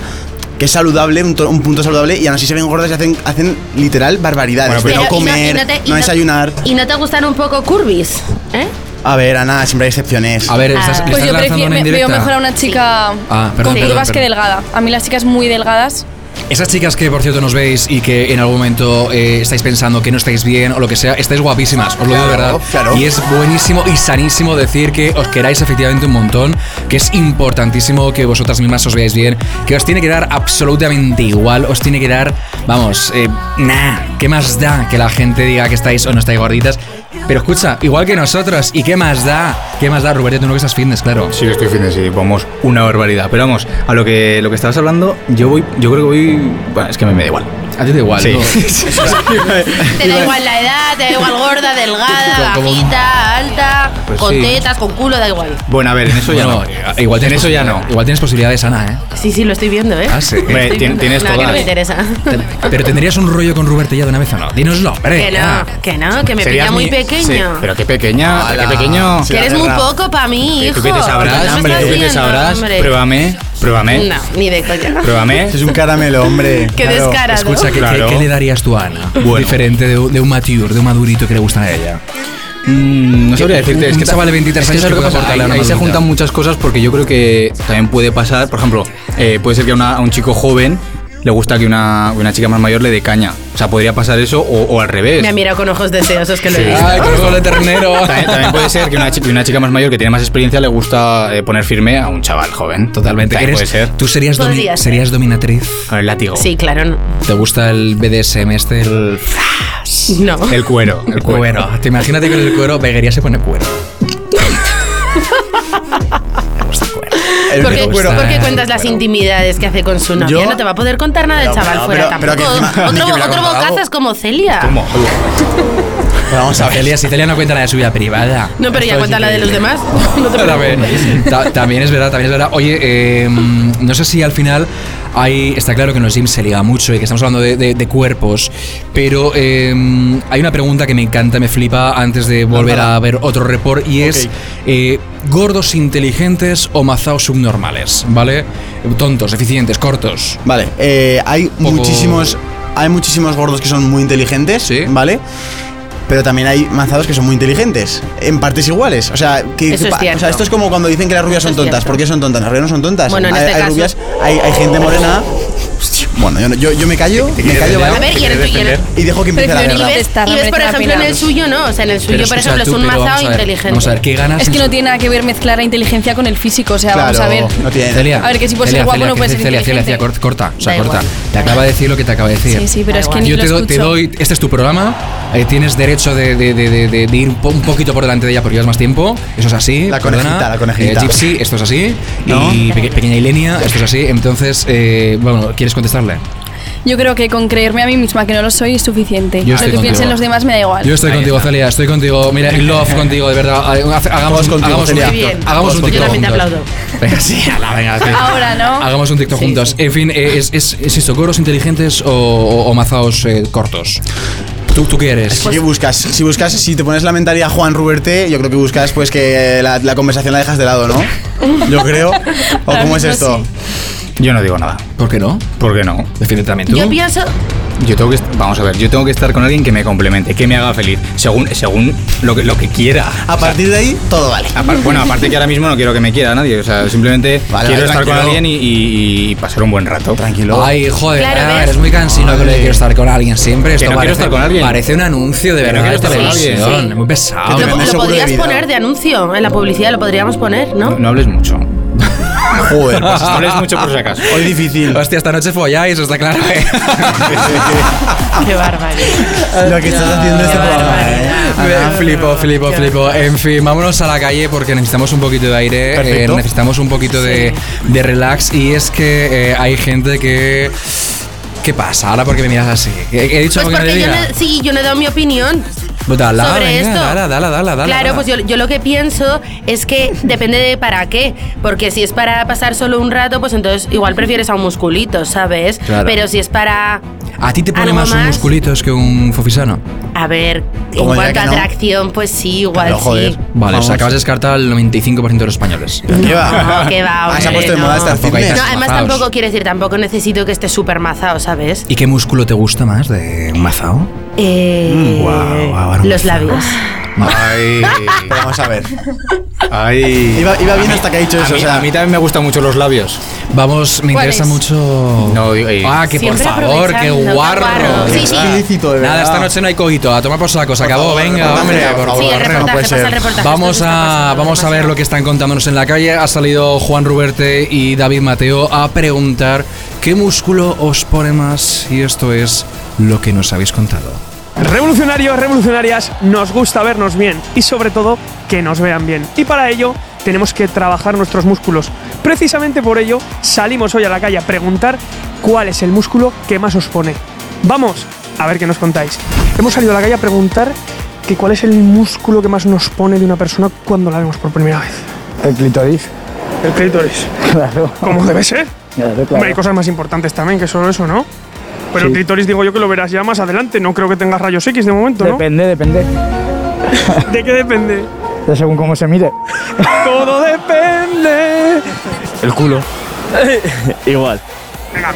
[SPEAKER 4] que es saludable, un, to- un punto saludable, y aún así se ven gordas y hacen, hacen literal barbaridades.
[SPEAKER 3] Bueno, pero-
[SPEAKER 4] de no
[SPEAKER 5] Pero, y no- y
[SPEAKER 4] comer, no,
[SPEAKER 5] no te- y no-
[SPEAKER 4] desayunar.
[SPEAKER 5] ¿Y no te gustan un poco curvis? ¿Eh?
[SPEAKER 4] A ver, Ana, siempre hay excepciones.
[SPEAKER 1] A ver, estás, le
[SPEAKER 2] Pues
[SPEAKER 1] estás
[SPEAKER 2] yo
[SPEAKER 1] lanzando
[SPEAKER 2] prefiero,
[SPEAKER 1] una
[SPEAKER 2] me- veo
[SPEAKER 1] indirecta.
[SPEAKER 2] mejor a una chica
[SPEAKER 1] Ah, perdón,
[SPEAKER 2] con
[SPEAKER 1] perdón,
[SPEAKER 2] curvas que
[SPEAKER 1] perdón.
[SPEAKER 2] delgada. A mí las chicas muy delgadas
[SPEAKER 1] Esas chicas que, por cierto, nos veis y que en algún momento eh, estáis pensando que no estáis bien o lo que sea, estáis guapísimas, os lo digo de
[SPEAKER 4] Claro,
[SPEAKER 1] verdad.
[SPEAKER 4] claro.
[SPEAKER 1] Y es buenísimo y sanísimo decir que os queráis efectivamente un montón, que es importantísimo que vosotras mismas os veáis bien, que os tiene que dar absolutamente igual, os tiene que dar, vamos, eh, nah, ¿qué más da que la gente diga que estáis o no estáis gorditas? Pero escucha, igual que nosotros, ¿y qué más da? ¿Qué más da, Roberto? Tú no que estás fitness, claro.
[SPEAKER 3] Sí, estoy fitness, sí, vamos, una barbaridad. Pero vamos, a lo que, lo que estabas hablando, yo voy, yo creo que voy. Bueno, es que me, me da igual.
[SPEAKER 1] A ti da igual,
[SPEAKER 3] sí.
[SPEAKER 1] ¿no?
[SPEAKER 5] Te da igual la edad, te da igual gorda, delgada,
[SPEAKER 3] Como- como-
[SPEAKER 5] bajita, alta,
[SPEAKER 3] Pues
[SPEAKER 5] con
[SPEAKER 3] sí.
[SPEAKER 5] tetas, con culo, da igual.
[SPEAKER 3] Bueno, a ver, en eso ya
[SPEAKER 1] Bueno,
[SPEAKER 3] no.
[SPEAKER 1] igual
[SPEAKER 3] en
[SPEAKER 1] tienes
[SPEAKER 3] eso ya no.
[SPEAKER 1] posibilidad- Igual tienes posibilidades, Ana, ¿eh?
[SPEAKER 5] Sí, sí, lo estoy viendo, ¿eh?
[SPEAKER 1] Ah, sí.
[SPEAKER 5] Lo
[SPEAKER 1] Hombre,
[SPEAKER 5] estoy
[SPEAKER 1] tien-
[SPEAKER 5] viendo.
[SPEAKER 1] tienes
[SPEAKER 5] no, que no
[SPEAKER 1] todas.
[SPEAKER 5] me interesa.
[SPEAKER 1] Pero tendrías un rollo con Ruberte ya de una vez o no. Dínoslo,
[SPEAKER 3] Eh,
[SPEAKER 1] hombre. Ah,
[SPEAKER 5] que no,
[SPEAKER 3] ah.
[SPEAKER 1] ya.
[SPEAKER 5] que no, que me
[SPEAKER 1] Serías
[SPEAKER 5] pilla muy
[SPEAKER 1] mi-
[SPEAKER 5] pequeño.
[SPEAKER 1] sí,
[SPEAKER 3] Pero qué pequeña,
[SPEAKER 1] Ala.
[SPEAKER 3] qué pequeño.
[SPEAKER 5] que eres muy poco para mí, hijo.
[SPEAKER 3] ¿Tú qué te
[SPEAKER 5] ¿Qué
[SPEAKER 3] sabrás?
[SPEAKER 5] me
[SPEAKER 3] Hombre,
[SPEAKER 5] estás
[SPEAKER 3] ¿tú qué te
[SPEAKER 5] haciendo,
[SPEAKER 3] sabrás?
[SPEAKER 5] hombre?
[SPEAKER 3] Pruébame, pruébame.
[SPEAKER 5] No, ni de coña.
[SPEAKER 3] Pruébame.
[SPEAKER 4] Es un caramelo, hombre.
[SPEAKER 5] Qué descarado.
[SPEAKER 1] Escucha, ¿qué, qué-
[SPEAKER 3] Claro.
[SPEAKER 1] qué le darías tú a Ana?
[SPEAKER 3] Bueno.
[SPEAKER 1] Diferente de, un- de un mature, de un madurito que le gusta a ella.
[SPEAKER 3] Mm, No sabría
[SPEAKER 1] Un-
[SPEAKER 3] decirte, es
[SPEAKER 1] un
[SPEAKER 3] que ta-
[SPEAKER 1] chaval de 23
[SPEAKER 3] es que
[SPEAKER 1] años
[SPEAKER 3] ¿sabes
[SPEAKER 1] que
[SPEAKER 3] lo
[SPEAKER 1] pueda
[SPEAKER 3] pasa?
[SPEAKER 1] aportarle a
[SPEAKER 3] Ahí,
[SPEAKER 1] una
[SPEAKER 3] ahí se
[SPEAKER 1] madurita.
[SPEAKER 3] juntan muchas cosas porque yo creo que también puede pasar, por ejemplo, eh, puede ser que a una- a un chico joven le gusta que una, una chica más mayor le dé caña. O sea, podría pasar eso o, o al revés.
[SPEAKER 5] Me ha mirado con ojos deseosos que lo he visto.
[SPEAKER 1] Ay, qué gol de Ah, ternero.
[SPEAKER 3] También, también puede ser que una, chi- que una chica más mayor que tiene más experiencia le gusta eh, poner firme a un chaval joven.
[SPEAKER 1] Totalmente.
[SPEAKER 3] También
[SPEAKER 1] Eres-
[SPEAKER 3] puede ser.
[SPEAKER 1] Tú serías, domi-
[SPEAKER 5] Podría ser.
[SPEAKER 1] serías dominatriz.
[SPEAKER 3] Con el látigo.
[SPEAKER 5] Sí, claro. no.
[SPEAKER 1] ¿Te gusta el BDSM este? El
[SPEAKER 5] No.
[SPEAKER 3] El cuero. El cuero.
[SPEAKER 1] Te imagínate que en el cuero, veguería se pone cuero.
[SPEAKER 5] Porque,
[SPEAKER 1] me gusta,
[SPEAKER 5] porque
[SPEAKER 1] eh.
[SPEAKER 5] cuentas las intimidades que hace con su novia.
[SPEAKER 4] Yo-
[SPEAKER 5] no te va a poder contar nada del
[SPEAKER 4] Pero,
[SPEAKER 5] chaval
[SPEAKER 4] pero,
[SPEAKER 5] fuera
[SPEAKER 4] pero,
[SPEAKER 5] tampoco.
[SPEAKER 4] pero que encima-
[SPEAKER 5] otro
[SPEAKER 4] que me la ha
[SPEAKER 5] otro
[SPEAKER 4] contado.
[SPEAKER 5] bocazas como Celia.
[SPEAKER 3] ¿Cómo?
[SPEAKER 4] Pero vamos a ver.
[SPEAKER 1] Celia, si Celia no cuenta la de su vida privada.
[SPEAKER 5] No, pero ya cuenta la de los demás. No te
[SPEAKER 1] Espérame.
[SPEAKER 5] preocupes.
[SPEAKER 1] Ta- también es verdad, también es verdad. Oye, eh, mm, no sé si al final hay. Está claro que en los gyms se liga mucho y que estamos hablando de, de- de cuerpos, pero eh, hay una pregunta que me encanta, me flipa antes de volver a ver otro report y es: eh, ¿gordos inteligentes o mazaos subnormales? ¿Vale? Tontos, eficientes, cortos.
[SPEAKER 4] Vale, eh, hay
[SPEAKER 1] Poco-
[SPEAKER 4] muchísimos. Hay muchísimos gordos que son muy inteligentes,
[SPEAKER 1] Sí.
[SPEAKER 4] ¿vale? Pero también hay mazados que son muy inteligentes, en partes iguales. O sea, que,
[SPEAKER 5] Eso es
[SPEAKER 4] pa- o
[SPEAKER 5] cierto.
[SPEAKER 4] sea esto es como cuando dicen que las rubias
[SPEAKER 5] Eso
[SPEAKER 4] son
[SPEAKER 5] es
[SPEAKER 4] tontas.
[SPEAKER 5] cierto.
[SPEAKER 4] ¿Por qué son tontas? Las rubias no son tontas.
[SPEAKER 5] Bueno, en
[SPEAKER 4] hay,
[SPEAKER 5] este
[SPEAKER 4] hay
[SPEAKER 5] caso-
[SPEAKER 4] rubias, hay, hay gente morena. Bueno, yo, no- yo, yo me callo, me callo,
[SPEAKER 5] A
[SPEAKER 4] ¿vale?
[SPEAKER 5] ver, y eres- y eres-
[SPEAKER 4] Y dejo que empiece la
[SPEAKER 2] Prefiero ni
[SPEAKER 4] guerra.
[SPEAKER 2] ver-
[SPEAKER 5] ves-
[SPEAKER 2] Estar,
[SPEAKER 5] y ves,
[SPEAKER 2] hombre,
[SPEAKER 5] por
[SPEAKER 2] están
[SPEAKER 5] ejemplo, en el
[SPEAKER 2] apilados.
[SPEAKER 5] suyo no. O sea, en el suyo,
[SPEAKER 1] Pero
[SPEAKER 5] por
[SPEAKER 1] escucha
[SPEAKER 5] ejemplo, es
[SPEAKER 1] tú,
[SPEAKER 5] un
[SPEAKER 1] pero vamos a
[SPEAKER 5] mazao
[SPEAKER 1] ver,
[SPEAKER 5] inteligente.
[SPEAKER 1] Vamos a ver, ¿qué ganas?
[SPEAKER 2] Es que
[SPEAKER 1] en-
[SPEAKER 2] no tiene nada que ver mezclar la inteligencia con el físico, o sea,
[SPEAKER 4] Claro,
[SPEAKER 2] vamos a ver.
[SPEAKER 4] no tiene.
[SPEAKER 1] Celia,
[SPEAKER 2] A ver, que si puedes ser
[SPEAKER 1] Celia,
[SPEAKER 2] guapo
[SPEAKER 1] Celia,
[SPEAKER 2] no puedes ser
[SPEAKER 1] Celia, Celia, Celia,
[SPEAKER 2] inteligente.
[SPEAKER 1] corta, corta, o sea,
[SPEAKER 5] Da
[SPEAKER 1] corta.
[SPEAKER 5] igual.
[SPEAKER 1] Te acaba de decir lo que te acaba de decir.
[SPEAKER 2] Sí, sí, pero
[SPEAKER 5] Da
[SPEAKER 2] es que
[SPEAKER 5] igual.
[SPEAKER 2] ni
[SPEAKER 1] Ah, Yo
[SPEAKER 2] lo
[SPEAKER 1] te, do- te
[SPEAKER 2] escucho.
[SPEAKER 1] doy, este es tu programa, eh, tienes derecho de, de- de- de- de- de ir un, po- un poquito por delante de ella porque llevas más tiempo, eso es así.
[SPEAKER 4] La conejita,
[SPEAKER 1] perdona.
[SPEAKER 4] la conejita.
[SPEAKER 1] Eh, Gypsy, esto es así. Y peque- pequeña Ilenia, esto es así. Entonces, eh, bueno, ¿quieres contestarle?
[SPEAKER 2] Yo creo que con creerme a mí misma que no lo soy es suficiente.
[SPEAKER 1] Yo
[SPEAKER 2] lo que
[SPEAKER 1] estoy
[SPEAKER 2] piensen
[SPEAKER 1] contigo.
[SPEAKER 2] los demás me da igual.
[SPEAKER 1] Yo estoy
[SPEAKER 3] Ahí
[SPEAKER 1] contigo,
[SPEAKER 3] está.
[SPEAKER 1] Celia, estoy contigo. Mira, in love contigo, de verdad. Ha- ha-
[SPEAKER 4] Todos
[SPEAKER 1] Hagamos, un-
[SPEAKER 4] contigo,
[SPEAKER 1] hagamos un
[SPEAKER 4] Celia.
[SPEAKER 5] Muy bien.
[SPEAKER 1] TikTok. Hagamos un
[SPEAKER 5] Yo
[SPEAKER 1] TikTok
[SPEAKER 5] también te
[SPEAKER 1] juntos.
[SPEAKER 5] aplaudo.
[SPEAKER 1] Venga, sí, ala, venga, sí.
[SPEAKER 2] Ahora, ¿no?
[SPEAKER 1] Hagamos un TikTok
[SPEAKER 5] Sí,
[SPEAKER 1] juntos. En fin, eh, es, es, es esto, coros inteligentes o, o- o mazaos eh, cortos. ¿Tú, ¿Tú qué eres?
[SPEAKER 4] Sí
[SPEAKER 5] pues
[SPEAKER 4] que buscas, si buscas, si te pones la mentalidad Juan Ruberte, yo creo que buscas pues que la, la conversación la dejas de lado, ¿no? Yo creo. ¿O
[SPEAKER 2] Ahora
[SPEAKER 4] cómo es
[SPEAKER 2] mismo
[SPEAKER 4] esto?
[SPEAKER 3] Yo no digo nada.
[SPEAKER 1] ¿Por qué no?
[SPEAKER 3] ¿Por qué no?
[SPEAKER 1] Define también tú.
[SPEAKER 5] Yo pienso.
[SPEAKER 3] Yo tengo que, est- vamos a ver, yo tengo que estar con alguien que me complemente, que me haga feliz, según, según lo, que, lo que quiera.
[SPEAKER 4] A partir de ahí, todo vale.
[SPEAKER 3] Apar- bueno, aparte que ahora mismo no quiero que me quiera nadie, o sea, simplemente
[SPEAKER 4] Vale,
[SPEAKER 3] quiero
[SPEAKER 4] vale,
[SPEAKER 3] estar con
[SPEAKER 4] tranquilo.
[SPEAKER 3] alguien y, y- y pasar un buen rato.
[SPEAKER 4] Tranquilo.
[SPEAKER 1] Ay, joder,
[SPEAKER 5] Claro,
[SPEAKER 1] ah,
[SPEAKER 5] ¿ves?
[SPEAKER 1] eres muy cansino que le quiero estar con alguien siempre. Esto
[SPEAKER 3] no quiero
[SPEAKER 1] parece,
[SPEAKER 3] estar con alguien.
[SPEAKER 1] Parece un anuncio de
[SPEAKER 3] Que no
[SPEAKER 1] verdad
[SPEAKER 3] quiero
[SPEAKER 1] de
[SPEAKER 3] estar con alguien.
[SPEAKER 1] televisión.
[SPEAKER 5] Sí.
[SPEAKER 1] Muy
[SPEAKER 4] Que
[SPEAKER 1] pesado.
[SPEAKER 4] te
[SPEAKER 5] Lo,
[SPEAKER 4] vendes
[SPEAKER 5] lo
[SPEAKER 4] seguro de
[SPEAKER 5] podrías
[SPEAKER 4] vida.
[SPEAKER 5] poner de anuncio en la publicidad, lo podríamos poner,
[SPEAKER 3] No,
[SPEAKER 5] ¿no?
[SPEAKER 3] no hables mucho.
[SPEAKER 4] Joder, pues
[SPEAKER 3] No hables mucho por si acaso.
[SPEAKER 4] hoy difícil.
[SPEAKER 1] Hostia, esta noche folláis, está claro. ¿eh?
[SPEAKER 5] Qué bárbaro.
[SPEAKER 4] Lo que estás haciendo en este programa, ¿eh?
[SPEAKER 1] Me flipo, flipo, flipo. En fin, vámonos a la calle porque necesitamos un poquito de aire, eh,
[SPEAKER 4] Perfecto.
[SPEAKER 1] necesitamos un poquito de, de relax y es que eh, hay gente que... ¿Qué pasa? Ahora porque me miras así. He, he dicho
[SPEAKER 5] Pues
[SPEAKER 1] algo que no
[SPEAKER 5] porque yo
[SPEAKER 1] debía?
[SPEAKER 5] no, sí, yo no he dado mi opinión.
[SPEAKER 1] Pues dala,
[SPEAKER 5] sobre
[SPEAKER 1] venga,
[SPEAKER 5] esto.
[SPEAKER 1] Dala, dala, dala, dala,
[SPEAKER 5] claro,
[SPEAKER 1] dala.
[SPEAKER 5] pues yo, yo lo que pienso es que depende de para qué. Porque si es para pasar solo un rato, pues entonces igual prefieres a un musculito, ¿sabes?
[SPEAKER 1] Claro.
[SPEAKER 5] Pero si es para.
[SPEAKER 1] ¿A ti te pone
[SPEAKER 5] algo
[SPEAKER 1] más, un musculitos que un fofisano?
[SPEAKER 5] A ver, en
[SPEAKER 4] Como diría
[SPEAKER 5] cuanto a
[SPEAKER 4] que no.
[SPEAKER 5] atracción, pues sí, igual
[SPEAKER 4] Pero,
[SPEAKER 5] sí.
[SPEAKER 4] joder.
[SPEAKER 1] Vale, o
[SPEAKER 4] Vamos.
[SPEAKER 1] sea, acabas de descartar el 95% de los españoles.
[SPEAKER 4] ¿Qué va?
[SPEAKER 5] No, qué va,
[SPEAKER 4] Ah, se ha
[SPEAKER 5] hombre,
[SPEAKER 4] puesto de moda
[SPEAKER 5] no.
[SPEAKER 4] estar
[SPEAKER 1] Tampoco hay
[SPEAKER 4] fitness.
[SPEAKER 5] No,
[SPEAKER 1] tanto.
[SPEAKER 5] además
[SPEAKER 1] Mazaos.
[SPEAKER 5] tampoco quiero decir, tampoco necesito que esté súper mazado, ¿sabes?
[SPEAKER 1] ¿Y qué músculo te gusta más de un mazao?
[SPEAKER 5] Eh,
[SPEAKER 1] Mm, guau, guau, ahora
[SPEAKER 5] los labios.
[SPEAKER 3] Ay.
[SPEAKER 4] Pero vamos a ver.
[SPEAKER 3] Ay.
[SPEAKER 4] Iba- iba bien
[SPEAKER 3] A mí-
[SPEAKER 4] hasta que ha dicho
[SPEAKER 3] a
[SPEAKER 4] eso,
[SPEAKER 3] mí-
[SPEAKER 4] o sea.
[SPEAKER 3] a mí también me gustan mucho los labios.
[SPEAKER 1] Vamos, me
[SPEAKER 3] ¿Cuál
[SPEAKER 1] interesa
[SPEAKER 3] es?
[SPEAKER 1] mucho.
[SPEAKER 3] No, digo- eh.
[SPEAKER 1] Ah, que
[SPEAKER 3] Siempre
[SPEAKER 1] por favor, qué
[SPEAKER 3] aprovechando,
[SPEAKER 1] guarro.
[SPEAKER 3] guarro. Sí,
[SPEAKER 1] De
[SPEAKER 3] sí.
[SPEAKER 1] verdad.
[SPEAKER 3] Ilícito, de
[SPEAKER 1] Nada,
[SPEAKER 3] verdad.
[SPEAKER 1] esta noche no hay cogito. A tomar por saco, se acabó.
[SPEAKER 3] favor,
[SPEAKER 1] Venga,
[SPEAKER 3] reportaje,
[SPEAKER 1] hombre,
[SPEAKER 3] por
[SPEAKER 1] por
[SPEAKER 3] favor. Sí, el
[SPEAKER 1] favor.
[SPEAKER 3] reportaje, pasa el reportaje,
[SPEAKER 1] Vamos a, vamos a ver lo que están contándonos en la calle. Ha salido Juan Ruberte y David Mateo a preguntar qué músculo os pone más. Y esto es lo que nos habéis contado.
[SPEAKER 12] Revolucionarios, revolucionarias, nos gusta vernos bien y sobre todo que nos vean bien. Y para ello tenemos que trabajar nuestros músculos. Precisamente por ello salimos hoy a la calle a preguntar cuál es el músculo que más os pone. Vamos a ver qué nos contáis. Hemos salido a la calle a preguntar que cuál es el músculo que más nos pone de una persona cuando la vemos por primera vez.
[SPEAKER 13] El clitoris.
[SPEAKER 12] El clítoris.
[SPEAKER 13] Claro.
[SPEAKER 12] ¿Cómo debe ser?
[SPEAKER 13] Claro,
[SPEAKER 12] Hombre, hay cosas más importantes también que solo eso, ¿no? Pero el
[SPEAKER 13] Sí.
[SPEAKER 12] clítoris digo yo que lo verás ya más adelante. No creo que tengas rayos X de momento, ¿no?
[SPEAKER 13] Depende, depende.
[SPEAKER 12] ¿De qué depende?
[SPEAKER 13] De según cómo se mire.
[SPEAKER 12] Todo depende.
[SPEAKER 13] El culo.
[SPEAKER 14] Igual.
[SPEAKER 12] Venga,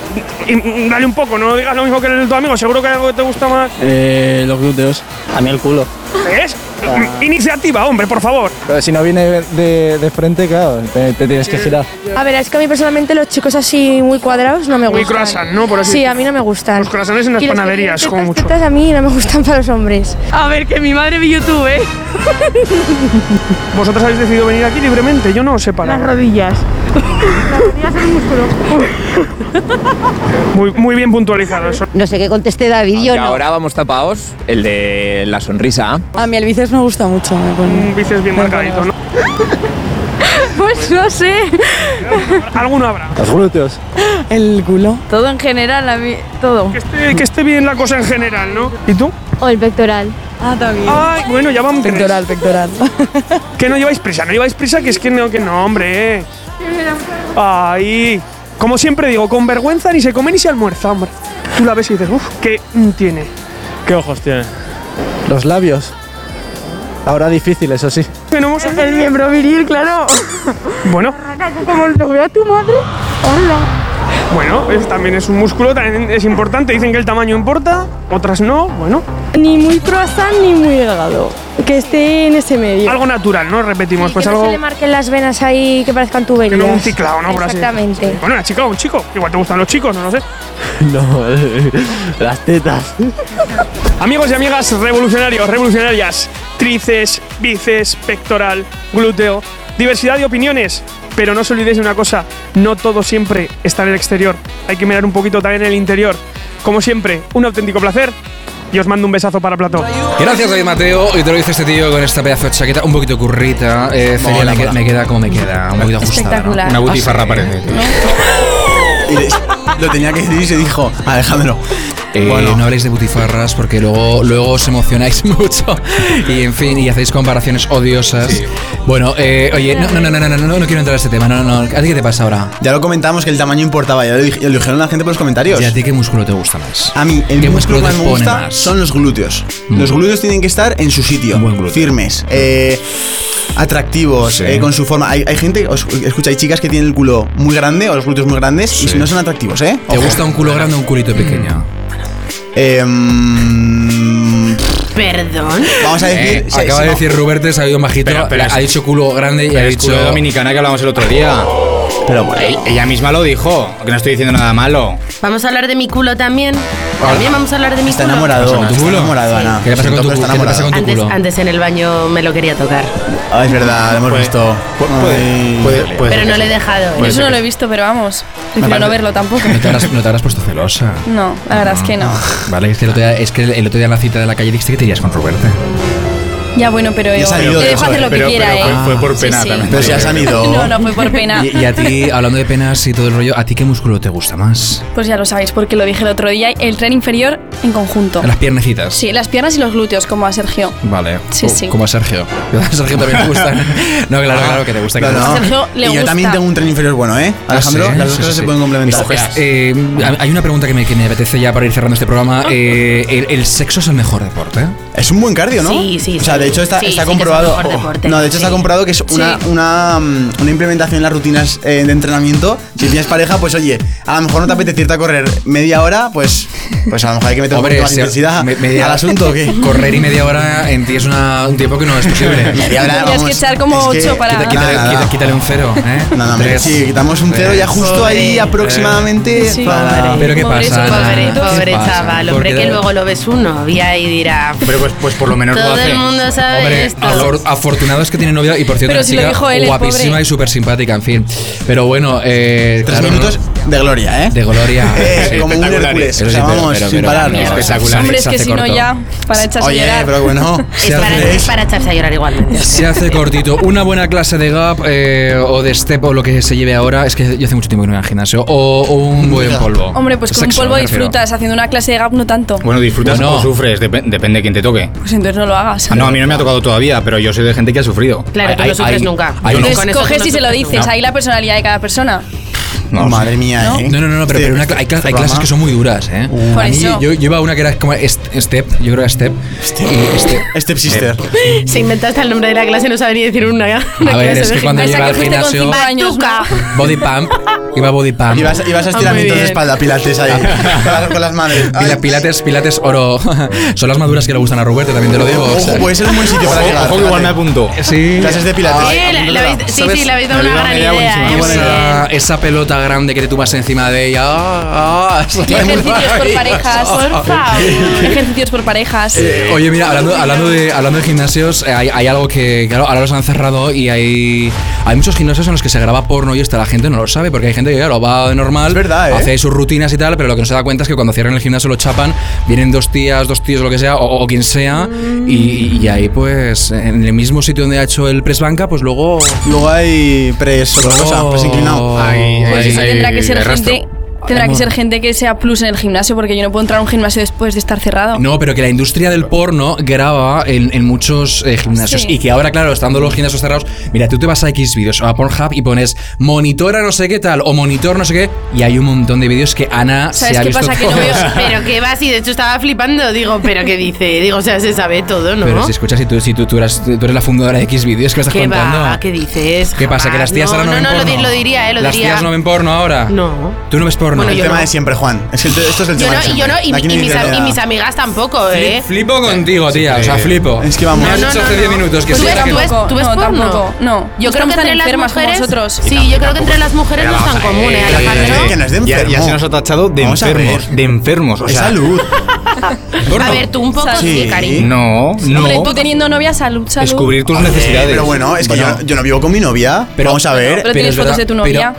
[SPEAKER 12] y- y dale un poco, no digas lo mismo que el de tu amigo, seguro que hay algo que te gusta más.
[SPEAKER 14] Eh, los glúteos. A mí el culo.
[SPEAKER 12] ¿Ves? Iniciativa, hombre, por favor.
[SPEAKER 13] Pero si no viene de, de frente, claro, te, te tienes que girar.
[SPEAKER 15] A ver, es que a mí personalmente los chicos así muy cuadrados no me
[SPEAKER 12] Muy
[SPEAKER 15] gustan.
[SPEAKER 12] croissant, ¿no? Por así
[SPEAKER 15] Sí,
[SPEAKER 12] decir.
[SPEAKER 15] a mí no me gustan.
[SPEAKER 12] Los croissants en las
[SPEAKER 15] Y que
[SPEAKER 12] panaderías,
[SPEAKER 15] tienen
[SPEAKER 12] como
[SPEAKER 15] tetas,
[SPEAKER 12] mucho.
[SPEAKER 15] tetas a mí no me gustan para los hombres.
[SPEAKER 9] A ver, que mi madre ve YouTube, ¿eh?
[SPEAKER 12] Vosotros habéis decidido venir aquí libremente, yo no os he parado. Las rodillas. Muy, muy bien puntualizado eso.
[SPEAKER 16] No sé qué contesté David, yo
[SPEAKER 17] Y
[SPEAKER 16] no.
[SPEAKER 17] ahora vamos tapados, el de la sonrisa.
[SPEAKER 16] A mí el bíceps me gusta mucho, me pone.
[SPEAKER 12] Un bíceps bien marcadito, ¿no?
[SPEAKER 16] Pues no sé.
[SPEAKER 12] Alguno habrá.
[SPEAKER 13] Los glúteos.
[SPEAKER 16] El culo.
[SPEAKER 2] Todo en general, a mí, todo.
[SPEAKER 12] Que esté, que esté bien la cosa en general, ¿no? ¿Y tú?
[SPEAKER 2] O el pectoral. Ah, también.
[SPEAKER 12] Ay, bueno, ya vamos. Pectoral, pectoral. Que no lleváis prisa, no lleváis prisa, que es que no, que no, hombre. eh. Ay, como siempre digo, con vergüenza ni se come ni se almuerza, hombre. Tú la ves y dices, uff, ¿qué mm, tiene?
[SPEAKER 14] ¿Qué ojos tiene?
[SPEAKER 13] Los labios. Ahora difícil, eso sí.
[SPEAKER 12] Tenemos el miembro viril, claro. bueno.
[SPEAKER 15] Como lo vea tu madre. Hola.
[SPEAKER 12] Bueno, es- también es un músculo, también es importante. Dicen que el tamaño importa, otras no. Bueno,
[SPEAKER 15] Ni muy croissant ni muy delgado. Que esté en ese medio.
[SPEAKER 12] algo natural, ¿no? Repetimos, pues
[SPEAKER 15] que no
[SPEAKER 12] algo.
[SPEAKER 15] se le marquen las venas ahí que parezcan tuberías.
[SPEAKER 12] que no un ciclado, ¿no? Por así decirlo.
[SPEAKER 15] Exactamente.
[SPEAKER 12] Bueno, una chica o un chico. Igual te gustan los chicos, no lo sé.
[SPEAKER 14] No, las tetas.
[SPEAKER 12] Amigos y amigas revolucionarios, revolucionarias, trices, bíceps, pectoral, glúteo, diversidad de opiniones. Pero no os olvidéis de una cosa, no todo siempre está en el exterior, hay que mirar un poquito también en el interior. Como siempre, un auténtico placer y os mando un besazo para Platón.
[SPEAKER 1] Gracias, David Mateo. Y te lo dice este tío con esta pedazo de chaqueta, un poquito currita. Eh, Celia,
[SPEAKER 3] Mola,
[SPEAKER 1] me, que-
[SPEAKER 3] mola.
[SPEAKER 1] me queda como me queda, un poquito ajustada. ¿no? Ah,
[SPEAKER 4] Espectacular. Una butifarra parece. Y les- lo tenía que decir y se dijo, "Ah, Alejandro.
[SPEAKER 1] Eh,
[SPEAKER 4] Bueno.
[SPEAKER 1] No habléis de butifarras porque luego, luego os emocionáis mucho y en fin, y hacéis comparaciones odiosas. Bueno, eh, oye, no, no, no, no, no, no, no, no quiero entrar a este tema, no, no, no. ¿A ti qué te pasa ahora?
[SPEAKER 4] Ya lo comentamos que el tamaño importaba, ya lo, dij- ya lo dijeron la gente por los comentarios.
[SPEAKER 1] ¿Y a ti qué músculo te gusta más?
[SPEAKER 4] A mí, el
[SPEAKER 1] ¿Qué
[SPEAKER 4] músculo
[SPEAKER 1] músculo
[SPEAKER 4] que más
[SPEAKER 1] te
[SPEAKER 4] me
[SPEAKER 1] pone Mm.
[SPEAKER 4] gusta
[SPEAKER 1] más?
[SPEAKER 4] son los glúteos. Los glúteos tienen que estar en su sitio, firmes, eh, atractivos, eh, con su forma. Hay, hay gente, os- escucha, hay chicas que tienen el culo muy grande o los glúteos muy grandes y no son atractivos, ¿eh?
[SPEAKER 1] ¿Te gusta un culo grande o un culito
[SPEAKER 3] Mm.
[SPEAKER 1] pequeño?
[SPEAKER 5] Perdón.
[SPEAKER 4] Em, Vamos a decir.
[SPEAKER 1] Eh, acaba de decir Ruberte, se ha ido majito, ha dicho culo grande y ha
[SPEAKER 3] Pero es
[SPEAKER 1] dicho.
[SPEAKER 3] culo dominicana que hablamos el otro día. Pero ella, ella misma lo dijo, que no estoy diciendo nada malo.
[SPEAKER 5] Vamos a hablar de mi culo también. También vamos a hablar de mi
[SPEAKER 4] Está
[SPEAKER 5] culo.
[SPEAKER 4] enamorado,
[SPEAKER 3] Persona,
[SPEAKER 4] está
[SPEAKER 3] ¿tu culo?
[SPEAKER 4] enamorado, Ana.
[SPEAKER 3] ¿Qué le pasa
[SPEAKER 4] Lo
[SPEAKER 3] con
[SPEAKER 4] siento,
[SPEAKER 3] tu
[SPEAKER 4] pero está
[SPEAKER 3] cu- qué le pasa
[SPEAKER 4] enamorado.
[SPEAKER 5] Antes, antes en el baño me lo quería tocar,
[SPEAKER 4] Ah, es verdad, lo hemos visto. Ay.
[SPEAKER 1] Pues
[SPEAKER 5] pero no lo he dejado.
[SPEAKER 2] Yo eso no lo he visto, pero vamos. Prefiero no verlo tampoco.
[SPEAKER 1] No te, habrás, no te habrás puesto celosa.
[SPEAKER 2] No, la verdad es que no.
[SPEAKER 1] Vale, es que el otro día, es que el- el otro día en la cita de la calle dijiste que te irías con ¿eh? Ruberte.
[SPEAKER 2] Ya bueno, pero
[SPEAKER 1] Ya
[SPEAKER 2] yo
[SPEAKER 1] se han ido,
[SPEAKER 2] dejo
[SPEAKER 1] ya
[SPEAKER 2] hacer
[SPEAKER 1] se-
[SPEAKER 2] lo que
[SPEAKER 1] pero-
[SPEAKER 2] quiera,
[SPEAKER 1] pero
[SPEAKER 2] ¿eh? Pues
[SPEAKER 1] fue- fue por pena también.
[SPEAKER 4] Pero si ya se han ido.
[SPEAKER 2] No, no fue por pena.
[SPEAKER 1] Y, y a ti, hablando de penas y todo el rollo, ¿a ti qué músculo te gusta más?
[SPEAKER 2] Pues ya lo sabéis, porque lo dije el otro día, el tren inferior en conjunto.
[SPEAKER 1] Las piernecitas.
[SPEAKER 2] Sí, las piernas y los glúteos, como a Sergio.
[SPEAKER 1] Vale.
[SPEAKER 2] Sí,
[SPEAKER 1] Co-
[SPEAKER 2] sí.
[SPEAKER 1] Como a Sergio. A Sergio también te gusta. No, claro, claro que te gusta. Que
[SPEAKER 4] Ah. No,
[SPEAKER 1] te
[SPEAKER 4] no.
[SPEAKER 1] gusta.
[SPEAKER 2] Sergio le
[SPEAKER 4] y yo
[SPEAKER 2] gusta.
[SPEAKER 4] también tengo un tren inferior bueno, ¿eh? Alejandro,
[SPEAKER 1] Ah, sí,
[SPEAKER 4] las dos
[SPEAKER 1] sí,
[SPEAKER 4] cosas
[SPEAKER 1] sí,
[SPEAKER 4] se
[SPEAKER 1] sí.
[SPEAKER 4] pueden complementar.
[SPEAKER 1] Esto- es- eh, ha- hay una pregunta que me, que me
[SPEAKER 2] Ah.
[SPEAKER 1] apetece ya para ir cerrando este programa. Eh, ¿el, el sexo es el mejor deporte?
[SPEAKER 4] Es un buen cardio, ¿no?
[SPEAKER 5] Sí, sí,
[SPEAKER 4] O sea,
[SPEAKER 5] sí.
[SPEAKER 4] de hecho está,
[SPEAKER 5] Sí, sí que es
[SPEAKER 4] está
[SPEAKER 5] el
[SPEAKER 4] comprobado.
[SPEAKER 5] mejor deporte.
[SPEAKER 4] no, de hecho está
[SPEAKER 5] Sí.
[SPEAKER 4] comprobado que es una,
[SPEAKER 5] Sí.
[SPEAKER 4] una, mm, una implementación en las rutinas eh, de entrenamiento. Si tienes pareja, pues oye, a lo mejor no te apetece irte a correr media hora, pues, pues a lo mejor hay que meter un
[SPEAKER 1] Hombre,
[SPEAKER 4] poquito más
[SPEAKER 1] se-
[SPEAKER 4] intensidad
[SPEAKER 1] me- media-
[SPEAKER 4] al asunto. ¿o qué?
[SPEAKER 1] Correr y media hora en ti es una- un tiempo que no es posible.
[SPEAKER 4] Media hora,
[SPEAKER 2] Tendrías que echar como
[SPEAKER 4] es que-
[SPEAKER 2] ocho para.
[SPEAKER 1] Quita- quítale, quita- quítale un cero, ¿eh?
[SPEAKER 4] No, no, hombre,
[SPEAKER 1] Tres,
[SPEAKER 4] sí, quitamos un cero ya justo
[SPEAKER 1] tres,
[SPEAKER 4] ahí
[SPEAKER 1] tres.
[SPEAKER 4] aproximadamente.
[SPEAKER 5] Sí.
[SPEAKER 4] para-
[SPEAKER 1] Ah, Pero ¿qué
[SPEAKER 5] Pobre,
[SPEAKER 1] pasa?
[SPEAKER 5] pobre,
[SPEAKER 1] Ana?
[SPEAKER 5] pobre
[SPEAKER 1] ¿Qué pasa?
[SPEAKER 5] chaval, hombre,
[SPEAKER 1] Porque-
[SPEAKER 5] que luego lo ves un novia y dirá.
[SPEAKER 3] Pero pues, pues por lo menos
[SPEAKER 5] Todo
[SPEAKER 3] lo hace.
[SPEAKER 5] el mundo sabe
[SPEAKER 1] Hombre,
[SPEAKER 5] esto.
[SPEAKER 1] afor- afortunados que tiene novia y por cierto,
[SPEAKER 5] Pero
[SPEAKER 1] una
[SPEAKER 5] si lo
[SPEAKER 1] chica
[SPEAKER 5] dijo él, el
[SPEAKER 1] guapísima
[SPEAKER 5] pobre.
[SPEAKER 1] y súper simpática, en fin. Pero bueno, eh,
[SPEAKER 4] Tres minutos
[SPEAKER 1] de gloria, ¿eh? De gloria.
[SPEAKER 4] Eh,
[SPEAKER 1] sí.
[SPEAKER 4] como un Hércules.
[SPEAKER 1] Eso
[SPEAKER 4] O sea,
[SPEAKER 1] sí, pero-
[SPEAKER 4] vamos,
[SPEAKER 1] pero-
[SPEAKER 4] sin
[SPEAKER 1] pero-
[SPEAKER 4] parar.
[SPEAKER 1] pero-
[SPEAKER 4] Espectacular.
[SPEAKER 2] Hombre, es
[SPEAKER 1] Se
[SPEAKER 2] que
[SPEAKER 1] hace
[SPEAKER 2] si no
[SPEAKER 1] corto.
[SPEAKER 2] ya, para echarse
[SPEAKER 1] Oye,
[SPEAKER 2] a llorar.
[SPEAKER 1] pero bueno.
[SPEAKER 5] Es para, es para echarse a llorar igualmente.
[SPEAKER 1] Se hace cortito. Una buena clase de gap eh, o de step o lo que se lleve ahora. Es que yo hace mucho tiempo que no voy al gimnasio. O, o un buen polvo.
[SPEAKER 2] Hombre, pues con
[SPEAKER 1] Sexo,
[SPEAKER 2] un polvo
[SPEAKER 1] me refiero.
[SPEAKER 2] disfrutas, haciendo una clase de gap no tanto.
[SPEAKER 3] Bueno, disfrutas
[SPEAKER 1] Bueno.
[SPEAKER 3] o sufres, depe- depende de quién te toque.
[SPEAKER 2] Pues entonces no lo hagas.
[SPEAKER 3] Ah, no, a mí no me ha tocado todavía, pero yo soy de gente que ha sufrido.
[SPEAKER 5] Claro, tú no sufres nunca.
[SPEAKER 3] hay unos-
[SPEAKER 2] Entonces coges y se lo dices,
[SPEAKER 3] No.
[SPEAKER 2] ahí la personalidad de cada persona.
[SPEAKER 4] Madre mía, ¿eh? Uh.
[SPEAKER 1] No, no, no, no, pero,
[SPEAKER 4] Sí,
[SPEAKER 1] pero una cla- hay, cla- hay
[SPEAKER 4] programa.
[SPEAKER 1] clases que son muy duras, ¿eh?
[SPEAKER 2] Por
[SPEAKER 1] A mí,
[SPEAKER 2] eso.
[SPEAKER 1] yo, yo iba a una que era como est- step, yo creo que era step.
[SPEAKER 4] Este,
[SPEAKER 1] este, Step.
[SPEAKER 4] step sister.
[SPEAKER 5] Se inventa hasta el nombre de la clase, no sabe ni decir una. una
[SPEAKER 1] A ver,
[SPEAKER 5] clase
[SPEAKER 1] es
[SPEAKER 5] de
[SPEAKER 1] que cuando
[SPEAKER 5] gimnasia.
[SPEAKER 1] llega al gimnasio,
[SPEAKER 5] Batuca.
[SPEAKER 1] body pump, iba body pump.
[SPEAKER 4] Ibas, ibas a
[SPEAKER 1] Muy
[SPEAKER 4] estiramientos
[SPEAKER 1] bien.
[SPEAKER 4] de espalda, pilates ahí. con, las, con las manos. Ay,
[SPEAKER 1] Pila- pilates, pilates oro. Son las maduras que le gustan a Roberto, también te lo digo.
[SPEAKER 4] Ojo, pues, puede ser un buen sitio para
[SPEAKER 1] Ojo,
[SPEAKER 4] llegar,
[SPEAKER 1] ojo que igual
[SPEAKER 4] fíjate.
[SPEAKER 3] apuntó.
[SPEAKER 1] Sí.
[SPEAKER 4] Clases de pilates.
[SPEAKER 5] Sí, la- la habéis- sí, sí, le habéis dado
[SPEAKER 1] Me
[SPEAKER 5] una
[SPEAKER 1] lo iba a
[SPEAKER 5] gran
[SPEAKER 1] mirar
[SPEAKER 5] idea.
[SPEAKER 1] buenísima.
[SPEAKER 5] ¿eh? Muy bien.
[SPEAKER 1] esa, esa pelota grande que te tumbas encima de ella. Ah, ah,
[SPEAKER 2] Y ejercicios por parejas.
[SPEAKER 1] Por favor.
[SPEAKER 2] Ejercicios por parejas.
[SPEAKER 1] Eh, oye, mira, hablando, hablando, de, hablando de gimnasios, eh, hay, hay algo que, claro, ahora los han cerrado y hay, hay muchos gimnasios en los que se graba porno y esta la gente no lo sabe, porque hay gente que, claro, va de normal,
[SPEAKER 4] ¿eh?
[SPEAKER 1] hace sus rutinas y tal, pero lo que no se da cuenta es que cuando cierran el gimnasio lo chapan, vienen dos tías, dos tíos, lo que sea, o, o quien sea, y, y ahí, pues, en el mismo sitio donde ha hecho el press banca, pues luego...
[SPEAKER 4] Luego hay pres, otra
[SPEAKER 1] Oh.
[SPEAKER 4] cosa, pres inclinado.
[SPEAKER 2] Pues eso tendrá que ser gente. Tendrá que
[SPEAKER 1] Amor.
[SPEAKER 2] ser gente que sea plus en el gimnasio, porque yo no puedo entrar a un gimnasio después de estar
[SPEAKER 5] Oh.
[SPEAKER 2] cerrado.
[SPEAKER 1] No, pero que la industria del porno graba en, en muchos eh, gimnasios.
[SPEAKER 2] Sí.
[SPEAKER 1] Y que ahora, claro, estando los gimnasios cerrados, mira, tú te vas a X vídeos o a Pornhub y pones monitora no sé qué tal o monitor no sé qué. Y hay un montón de vídeos que Ana se
[SPEAKER 5] ¿Sabes
[SPEAKER 1] ha
[SPEAKER 5] qué
[SPEAKER 1] visto
[SPEAKER 5] pasa? Que no veo.
[SPEAKER 1] todos.
[SPEAKER 5] Pero que vas y de hecho estaba flipando. Digo, ¿pero qué dice? Digo, o sea, se sabe todo, ¿no?
[SPEAKER 1] Pero si escuchas, si tú, si tú, tú eras, tú eres la fundadora de X vídeos, ¿qué me estás
[SPEAKER 5] ¿Qué
[SPEAKER 1] contando?
[SPEAKER 5] va? ¿Qué dices?
[SPEAKER 1] ¿Qué pasa? ¿Que las tías
[SPEAKER 5] no,
[SPEAKER 1] ahora no,
[SPEAKER 5] no,
[SPEAKER 1] ven
[SPEAKER 5] no, lo,
[SPEAKER 1] porno?
[SPEAKER 5] di- lo diría, eh, lo
[SPEAKER 1] ¿Las
[SPEAKER 5] diría.
[SPEAKER 1] tías no ven porno ahora?
[SPEAKER 5] No.
[SPEAKER 1] ¿Tú no ves porno?
[SPEAKER 5] Bueno,
[SPEAKER 4] el
[SPEAKER 5] yo
[SPEAKER 4] tema
[SPEAKER 5] no.
[SPEAKER 4] de siempre, Juan. Es que te- esto es el
[SPEAKER 5] Yo
[SPEAKER 4] tema
[SPEAKER 5] no,
[SPEAKER 4] de
[SPEAKER 5] y yo
[SPEAKER 4] siempre.
[SPEAKER 5] no, y, mi-
[SPEAKER 4] Aquí
[SPEAKER 5] y
[SPEAKER 4] hay
[SPEAKER 5] mis,
[SPEAKER 4] idea.
[SPEAKER 5] y mis amigas tampoco, ¿eh?
[SPEAKER 1] Flipo contigo, tía. O sea,
[SPEAKER 4] Sí.
[SPEAKER 1] flipo.
[SPEAKER 4] Es que vamos.
[SPEAKER 1] Me has
[SPEAKER 4] No, no,
[SPEAKER 1] dicho
[SPEAKER 4] no,
[SPEAKER 1] hace
[SPEAKER 4] no.
[SPEAKER 1] 10 minutos que
[SPEAKER 5] ¿Tú
[SPEAKER 1] sí,
[SPEAKER 5] ves,
[SPEAKER 1] ahora que
[SPEAKER 5] tú ves-
[SPEAKER 1] no.
[SPEAKER 5] tú ves
[SPEAKER 2] No,
[SPEAKER 5] porno?
[SPEAKER 2] tampoco, no.
[SPEAKER 5] Yo creo que
[SPEAKER 2] Estamos tan
[SPEAKER 5] entre las
[SPEAKER 2] enfermas como
[SPEAKER 5] mujeres.
[SPEAKER 2] vosotros.
[SPEAKER 5] Sí, yo creo que entre las mujeres no es tan común, ¿eh, Alejandro?
[SPEAKER 4] que no es de
[SPEAKER 3] Ya- Ya,
[SPEAKER 4] enfermo.
[SPEAKER 3] se nos ha tachado de
[SPEAKER 4] Vamos a ver.
[SPEAKER 3] enfermos. De enfermos. O
[SPEAKER 4] Es
[SPEAKER 3] sea,
[SPEAKER 4] salud.
[SPEAKER 5] A ver, tú un poco sí, cariño.
[SPEAKER 3] No, no.
[SPEAKER 2] Hombre, tú teniendo novia, salud, salud.
[SPEAKER 3] Descubrir tus
[SPEAKER 4] Hombre,
[SPEAKER 3] necesidades.
[SPEAKER 4] Pero bueno, es que
[SPEAKER 3] Bueno.
[SPEAKER 4] yo, yo no vivo con mi novia. Vamos a ver.
[SPEAKER 2] Pero tienes fotos de tu novia.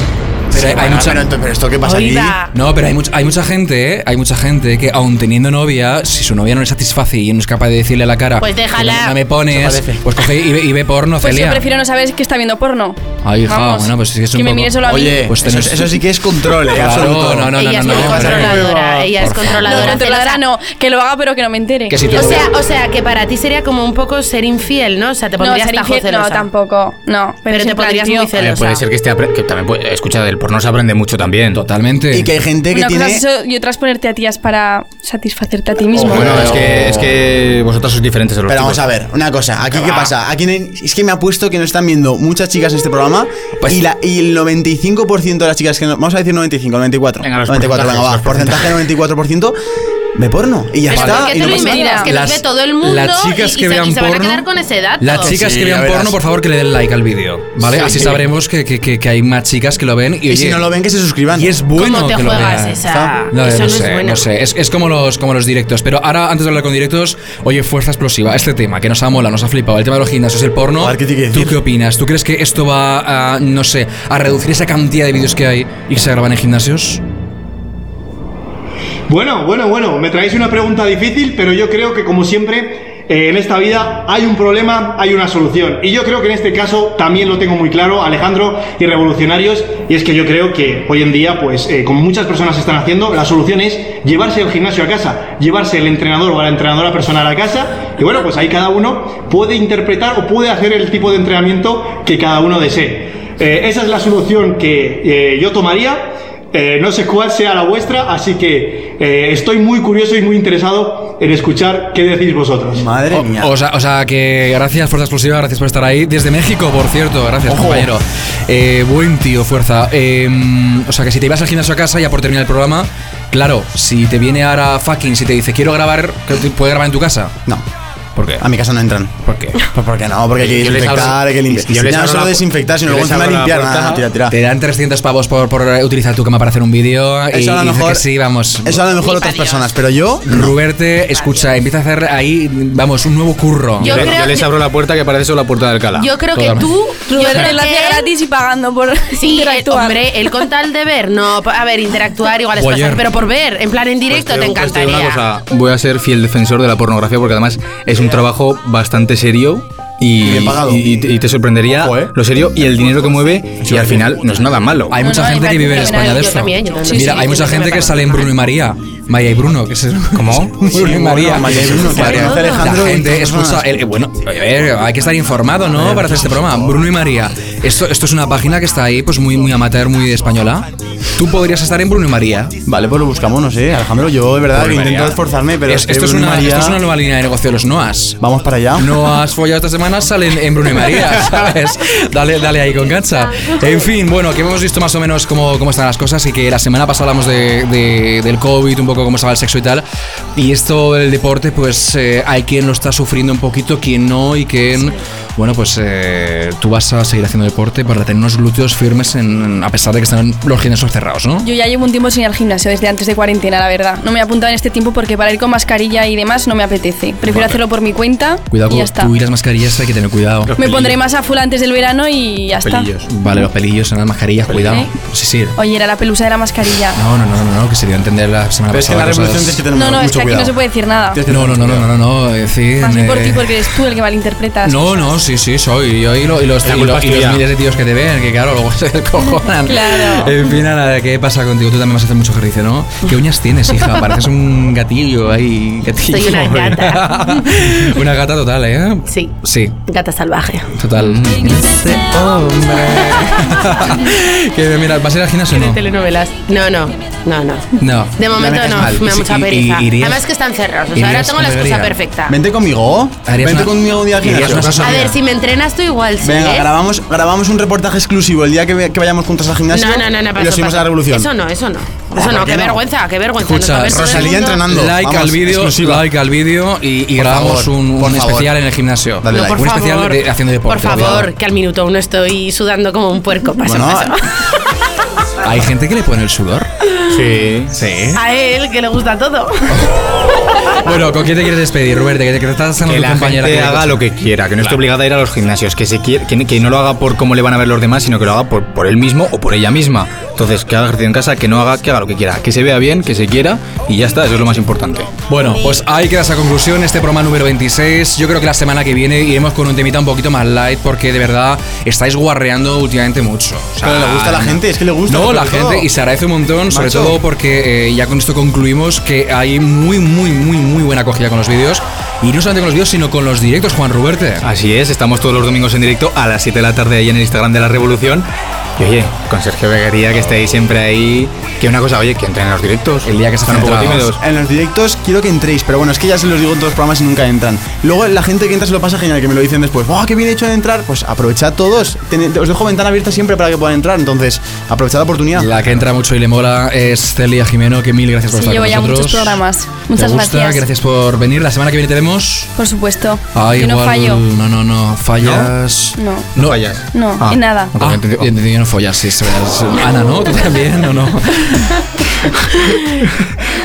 [SPEAKER 1] Pero hay- hay mucha-
[SPEAKER 4] pero, ento- pero esto que pasa aquí.
[SPEAKER 1] No, pero hay mucha, hay mucha gente, ¿eh? hay mucha gente que aun teniendo novia, si su novia no le satisface y no es capaz de decirle a la cara,
[SPEAKER 5] Pues déjala.
[SPEAKER 1] No, me pones,
[SPEAKER 4] Se parece.
[SPEAKER 1] pues coge y ve, y ve porno,
[SPEAKER 2] Pues yo
[SPEAKER 1] Celia.
[SPEAKER 2] prefiero no saber que está viendo porno.
[SPEAKER 1] Ay, hija,
[SPEAKER 2] Vamos,
[SPEAKER 1] bueno, pues sí que es un
[SPEAKER 2] que me
[SPEAKER 1] poco-
[SPEAKER 2] mire solo a mí.
[SPEAKER 4] Oye,
[SPEAKER 1] Pues
[SPEAKER 4] eso,
[SPEAKER 1] tenés-
[SPEAKER 4] eso sí que es control, ¿eh?
[SPEAKER 1] Claro,
[SPEAKER 4] absoluto.
[SPEAKER 1] no, no, no,
[SPEAKER 5] Ella
[SPEAKER 1] no,
[SPEAKER 5] es
[SPEAKER 1] no,
[SPEAKER 5] muy
[SPEAKER 1] no, hombre.
[SPEAKER 5] controladora, ella es
[SPEAKER 2] No,
[SPEAKER 5] controladora.
[SPEAKER 2] controladora no, que lo haga pero que no me entere.
[SPEAKER 1] Que si tú-
[SPEAKER 5] O sea, o sea, que para ti sería como un poco ser infiel, ¿no? O sea, te
[SPEAKER 2] no,
[SPEAKER 5] pondrías
[SPEAKER 2] ser
[SPEAKER 5] tajo
[SPEAKER 2] infiel-
[SPEAKER 5] celosa.
[SPEAKER 2] no, tampoco. No, pero,
[SPEAKER 5] Pero
[SPEAKER 2] es
[SPEAKER 5] te
[SPEAKER 2] en plan,
[SPEAKER 5] pondrías
[SPEAKER 2] tío,
[SPEAKER 5] muy
[SPEAKER 3] Eh,
[SPEAKER 5] celosa.
[SPEAKER 3] puede ser que esté apre- que también puede- escucha del porno se aprende mucho también
[SPEAKER 1] totalmente
[SPEAKER 4] Y que hay gente que
[SPEAKER 2] Una
[SPEAKER 4] tiene.
[SPEAKER 2] cosa es eso y otra es ponerte a tías para satisfacerte a ti mismo.
[SPEAKER 3] bueno es que es que vosotros sois diferentes de los
[SPEAKER 4] Pero vamos
[SPEAKER 3] chicos.
[SPEAKER 4] a ver, una cosa, aquí qué pasa, aquí no hay- es que me apuesto que no están viendo muchas chicas en este programa
[SPEAKER 1] Pues
[SPEAKER 4] y, la, y el 95% de las chicas que no- vamos a decir 95, 94,
[SPEAKER 3] Venga, los
[SPEAKER 4] 94, venga, va,
[SPEAKER 3] porcentajes,
[SPEAKER 4] porcentaje 94% ve porno y ya
[SPEAKER 5] Pero
[SPEAKER 4] está.
[SPEAKER 5] ¿por qué
[SPEAKER 4] y
[SPEAKER 5] te
[SPEAKER 4] no
[SPEAKER 5] lo
[SPEAKER 4] pasa nada.
[SPEAKER 5] inventas? Que las
[SPEAKER 1] Las-
[SPEAKER 5] ve todo el mundo
[SPEAKER 1] las
[SPEAKER 5] y-
[SPEAKER 1] chicas
[SPEAKER 5] y,
[SPEAKER 1] que
[SPEAKER 5] se,
[SPEAKER 1] vean
[SPEAKER 5] y se van a
[SPEAKER 1] porno-
[SPEAKER 5] quedar con ese dato.
[SPEAKER 1] Las chicas
[SPEAKER 4] Sí,
[SPEAKER 1] que
[SPEAKER 4] ya
[SPEAKER 1] vean
[SPEAKER 4] verás.
[SPEAKER 1] porno, por favor, que le den like al vídeo, ¿vale?
[SPEAKER 4] Sí.
[SPEAKER 1] Así sabremos que, que, que, que hay más chicas que lo ven y,
[SPEAKER 4] Y si
[SPEAKER 1] oye,
[SPEAKER 4] no lo ven que se suscriban.
[SPEAKER 1] Y es bueno
[SPEAKER 5] ¿Cómo te
[SPEAKER 1] que lo
[SPEAKER 5] juegas
[SPEAKER 1] vean.
[SPEAKER 5] esa?
[SPEAKER 1] Está- No,
[SPEAKER 5] Ah, Eso
[SPEAKER 1] no
[SPEAKER 5] no es
[SPEAKER 1] sé,
[SPEAKER 5] bueno.
[SPEAKER 1] no sé. Es, es como, los, como los directos. Pero ahora, antes de hablar con directos, oye, fuerza explosiva. Este tema que nos ha mola, nos ha flipado. El tema de los gimnasios, el porno.
[SPEAKER 4] A ver, ¿qué te quiere
[SPEAKER 1] ¿Tú
[SPEAKER 4] decir?
[SPEAKER 1] qué opinas? ¿Tú crees que esto va a, no sé, a reducir esa cantidad de vídeos que hay y que se graban en gimnasios?
[SPEAKER 6] Bueno, bueno, bueno, me traéis una pregunta difícil, pero yo creo que como siempre eh, en esta vida hay un problema, hay una solución. Y yo creo que en este caso también lo tengo muy claro, Alejandro y Revolucionarios, y es que yo creo que hoy en día, pues eh, como muchas personas están haciendo, la solución es llevarse el gimnasio a casa, llevarse el entrenador o a la entrenadora personal a casa, y bueno, pues ahí cada uno puede interpretar o puede hacer el tipo de entrenamiento que cada uno desee. Eh, esa es la solución que eh, yo tomaría. Eh, Eh, no sé cuál sea la vuestra, así que eh, estoy muy curioso y muy interesado en escuchar qué decís vosotros. Madre
[SPEAKER 1] O, o sea, o sea que gracias Fuerza Exclusiva, gracias por estar ahí. Desde México, por cierto, gracias compañero. Eh, buen tío, Fuerza. Eh, o sea que si te ibas al gimnasio a casa ya por terminar el programa, claro, si te viene ahora fucking, si te dice quiero grabar, ¿puede grabar en tu casa?
[SPEAKER 4] No.
[SPEAKER 1] ¿Por qué?
[SPEAKER 4] A mi casa no entran.
[SPEAKER 1] ¿Por qué?
[SPEAKER 4] ¿Por qué no? Porque hay que
[SPEAKER 1] Yo les
[SPEAKER 4] desinfectar,
[SPEAKER 1] abro-
[SPEAKER 4] hay que limpiar.
[SPEAKER 1] yo les
[SPEAKER 4] Ya no
[SPEAKER 1] abro
[SPEAKER 4] solo
[SPEAKER 1] la pu-
[SPEAKER 4] desinfectar, sino
[SPEAKER 1] yo
[SPEAKER 4] luego
[SPEAKER 1] les
[SPEAKER 4] encima
[SPEAKER 1] abro la
[SPEAKER 4] limpiar.
[SPEAKER 1] puerta.
[SPEAKER 4] Nada, tira, tira.
[SPEAKER 1] Te dan 300 pavos por, por utilizar tu cama para hacer un vídeo. y
[SPEAKER 4] Eso a lo
[SPEAKER 1] dices
[SPEAKER 4] mejor-
[SPEAKER 1] que sí, vamos.
[SPEAKER 4] eso a lo mejor otras
[SPEAKER 1] personas,
[SPEAKER 4] pero yo.
[SPEAKER 1] Ruberte, escucha, empieza a hacer ahí, vamos, un nuevo curro.
[SPEAKER 2] Yo Yo le- creo- yo
[SPEAKER 3] les abro la puerta que parece eso la puerta del Alcalá.
[SPEAKER 2] Yo creo que
[SPEAKER 1] Totalmente.
[SPEAKER 2] tú, yo
[SPEAKER 5] Roberto,
[SPEAKER 2] creo que lo
[SPEAKER 5] que
[SPEAKER 2] hacía gratis y pagando por
[SPEAKER 5] Sí, el,
[SPEAKER 2] interactuar.
[SPEAKER 5] hombre, el con tal de ver, no, pa- a ver, interactuar igual es
[SPEAKER 3] Voyeur.
[SPEAKER 5] pasar, pero por ver, en plan en directo te
[SPEAKER 3] Pues te digo
[SPEAKER 5] encantaría.
[SPEAKER 3] una cosa, voy a ser fiel defensor de la pornografía porque además es un trabajo bastante serio y,
[SPEAKER 4] Bien pagado. ¿eh?
[SPEAKER 3] y- y te- y te sorprendería lo serio y el dinero que mueve y al final no es nada malo.
[SPEAKER 1] Hay mucha gente que vive en España de esto. Mira, hay mucha gente que sale en Bruno y María. Maya y Bruno, que es ¿Cómo? Bruno y María.
[SPEAKER 4] bueno, Maya y Bruno, claro. Claro. Alejandro
[SPEAKER 1] La
[SPEAKER 4] y
[SPEAKER 1] gente
[SPEAKER 4] todas
[SPEAKER 1] expulsa.
[SPEAKER 4] personas.
[SPEAKER 1] el- bueno, a ver, hay que estar informado, ¿no? Para hacer este programa. Bruno y María. Esto, esto es una página que está ahí, pues muy, muy amateur, muy española. Tú podrías estar en Bruno y María.
[SPEAKER 4] Vale, pues lo buscamos, no sé. Alejandro, yo de verdad
[SPEAKER 1] Bruno
[SPEAKER 4] que
[SPEAKER 1] y
[SPEAKER 4] intento
[SPEAKER 1] Pues María.
[SPEAKER 4] esforzarme, pero.
[SPEAKER 1] Es-
[SPEAKER 4] que
[SPEAKER 1] esto, es
[SPEAKER 4] Bruno
[SPEAKER 1] una,
[SPEAKER 4] y María-
[SPEAKER 1] esto es una nueva línea de negocio de los Noas.
[SPEAKER 4] Vamos para allá.
[SPEAKER 1] No has follado esta semana, salen en Bruno y María, ¿sabes? Dale, dale ahí con cancha. En fin, bueno, que hemos visto más o menos cómo, cómo están las cosas y que la semana pasada hablamos de- de- del COVID, un poco cómo estaba el sexo y tal. Y esto del deporte, pues eh, hay quien lo está sufriendo un poquito, quien no y quien... Bueno, pues eh, tú vas a seguir haciendo deporte para tener unos glúteos firmes en- a pesar de que están los gimnasios cerrados, ¿no?
[SPEAKER 2] Yo ya llevo un tiempo sin ir al gimnasio, desde antes de cuarentena, la verdad. No me he apuntado en este tiempo porque para ir con mascarilla y demás no me apetece. Prefiero hacerlo por mi cuenta
[SPEAKER 1] Cuidado
[SPEAKER 2] y ya
[SPEAKER 1] con
[SPEAKER 2] está.
[SPEAKER 1] tú y las mascarillas, hay que tener cuidado.
[SPEAKER 2] Me pondré más a full antes del verano y ya está.
[SPEAKER 1] Vale, los pelillos en las mascarillas, cuidado.
[SPEAKER 2] ¿Eh?
[SPEAKER 1] Sí, sí.
[SPEAKER 2] Oye, era la pelusa de la mascarilla.
[SPEAKER 1] No, no, no, no, no, que se dio a entender la semana
[SPEAKER 4] Pero es que en
[SPEAKER 1] pasada.
[SPEAKER 4] la revolución
[SPEAKER 1] cosas-
[SPEAKER 4] tienes que tener
[SPEAKER 2] No, no, es que aquí no se puede decir nada.
[SPEAKER 1] No, no, no, no, no, no, no, es decir,
[SPEAKER 2] Más por ti
[SPEAKER 1] eh,
[SPEAKER 2] porque eres tú el que malinterpretas.
[SPEAKER 1] No, no, sí, sí, soy yo y, lo- y los,
[SPEAKER 3] La
[SPEAKER 1] y
[SPEAKER 3] culpa
[SPEAKER 1] lo-
[SPEAKER 3] es
[SPEAKER 1] y los
[SPEAKER 3] tuya.
[SPEAKER 1] miles de tíos que te ven, que claro, luego se descojonan.
[SPEAKER 2] Claro.
[SPEAKER 1] En fin, Ana, ¿qué pasa contigo? Tú también vas a hacer mucho ejercicio, ¿no? ¿Qué uñas tienes, hija? Pareces un gatillo ahí, gatillo.
[SPEAKER 5] Soy una
[SPEAKER 1] gata. una gata total, ¿eh?
[SPEAKER 5] Sí.
[SPEAKER 1] Sí,
[SPEAKER 5] Gata salvaje.
[SPEAKER 1] total. que mira, ¿vas a ir al gimnasio o no?
[SPEAKER 5] telenovelas. No, no, no, no.
[SPEAKER 1] No.
[SPEAKER 5] De momento no, me da mucha pereza. Además que
[SPEAKER 1] está
[SPEAKER 5] están cerrados, o sea,
[SPEAKER 1] irías
[SPEAKER 5] ahora tengo la
[SPEAKER 1] con
[SPEAKER 5] excusa
[SPEAKER 1] Valeria.
[SPEAKER 5] perfecta.
[SPEAKER 4] Vente conmigo.
[SPEAKER 1] Harías
[SPEAKER 4] Vente
[SPEAKER 1] una-
[SPEAKER 4] conmigo un día aquí.
[SPEAKER 1] harías una
[SPEAKER 5] A ver, si me entrenas tú igual sí,
[SPEAKER 4] Venga,
[SPEAKER 5] ¿eh?
[SPEAKER 4] grabamos, grabamos un reportaje exclusivo el día que, ve- que vayamos juntos al gimnasio.
[SPEAKER 5] No, no, no, no,
[SPEAKER 4] y lo
[SPEAKER 5] paso,
[SPEAKER 4] subimos
[SPEAKER 5] paso.
[SPEAKER 4] a la revolución.
[SPEAKER 5] Eso no, eso no. Eso
[SPEAKER 4] ¿por
[SPEAKER 5] no,
[SPEAKER 4] qué
[SPEAKER 5] qué
[SPEAKER 4] no?
[SPEAKER 5] vergüenza, qué vergüenza.
[SPEAKER 1] Escucha,
[SPEAKER 5] no saber todo el
[SPEAKER 4] Rosalía
[SPEAKER 5] mundo.
[SPEAKER 4] entrenando.
[SPEAKER 1] Like
[SPEAKER 4] Vamos,
[SPEAKER 1] al vídeo,
[SPEAKER 4] exclusiva.
[SPEAKER 1] like al vídeo y, y
[SPEAKER 4] Por
[SPEAKER 1] grabamos
[SPEAKER 4] favor,
[SPEAKER 1] un,
[SPEAKER 4] por
[SPEAKER 1] un
[SPEAKER 4] favor.
[SPEAKER 1] especial en el gimnasio.
[SPEAKER 4] Dale
[SPEAKER 5] No,
[SPEAKER 4] like.
[SPEAKER 5] por
[SPEAKER 1] un
[SPEAKER 5] favor,
[SPEAKER 1] especial de- haciendo deporte.
[SPEAKER 5] Por favor, que al minuto uno estoy sudando como un puerco. Paso,
[SPEAKER 1] Bueno,
[SPEAKER 5] paso.
[SPEAKER 1] cuidado. Hay gente que le pone el sudor. Sí. Sí.
[SPEAKER 5] A él, que le gusta todo.
[SPEAKER 1] Bueno, ¿con quién te quieres despedir, Roberto? Que te, que te estás dando
[SPEAKER 3] Que
[SPEAKER 1] tu
[SPEAKER 3] la
[SPEAKER 1] compañera.
[SPEAKER 3] gente
[SPEAKER 1] que-
[SPEAKER 3] haga lo que quiera, que no esté
[SPEAKER 1] Claro.
[SPEAKER 3] obligada a ir a los gimnasios, que, se quiere- que, que no lo haga por cómo le van a ver los demás, sino que lo haga por, por él mismo o por ella misma. Entonces, que haga ejercicio en casa, que no haga, que haga lo que quiera, que se vea bien, que se quiera y ya está, eso es lo más importante.
[SPEAKER 1] Bueno, pues ahí queda esa conclusión, este programa número 26. Yo creo que la semana que viene iremos con un temita un poquito más light porque de verdad estáis guarreando últimamente mucho. O sea,
[SPEAKER 4] Pero le gusta a la gente, es que le gusta.
[SPEAKER 1] No,
[SPEAKER 4] sobre
[SPEAKER 1] la
[SPEAKER 4] todo.
[SPEAKER 1] gente, y se agradece un montón, sobre
[SPEAKER 4] Macho.
[SPEAKER 1] todo porque eh, ya con esto concluimos que hay muy, muy, muy, muy buena acogida con los vídeos. Y no solamente con los vídeos, sino con los directos, Juan Ruberte.
[SPEAKER 3] Así es, estamos todos los domingos en directo a las 7 de la tarde ahí en el Instagram de La Revolución. Y oye, con Sergio Beguería, que estáis siempre ahí. Que una cosa, oye, que entren en los directos. El día que están un poco tímidos.
[SPEAKER 4] En los directos quiero que entréis, pero bueno, es que ya se los digo en todos los programas y nunca entran. Luego la gente que entra se lo pasa genial, que me lo dicen después. ¡Wow, qué bien hecho de entrar! Pues aprovechad todos. Tened- os dejo ventana abierta siempre para que puedan entrar, entonces aprovechad la oportunidad.
[SPEAKER 1] La que entra mucho y le mola es Celia Jimeno, que mil gracias por
[SPEAKER 2] Sí,
[SPEAKER 1] estar
[SPEAKER 2] llevo
[SPEAKER 1] con
[SPEAKER 2] ya
[SPEAKER 1] nosotros.
[SPEAKER 2] muchos programas.
[SPEAKER 1] ¿Te
[SPEAKER 2] Muchas
[SPEAKER 1] gusta?
[SPEAKER 2] gracias.
[SPEAKER 1] Gracias por venir. La semana que viene te vemos.
[SPEAKER 2] Por supuesto.
[SPEAKER 1] Ah,
[SPEAKER 2] Yo no
[SPEAKER 1] igual-
[SPEAKER 2] fallo.
[SPEAKER 1] No, no, no. Fallas.
[SPEAKER 2] No.
[SPEAKER 1] No fallas.
[SPEAKER 2] No, en nada.
[SPEAKER 1] Ah, he entendido no follas, sí, se verás. Ana, ¿no? ¿Tú también o no?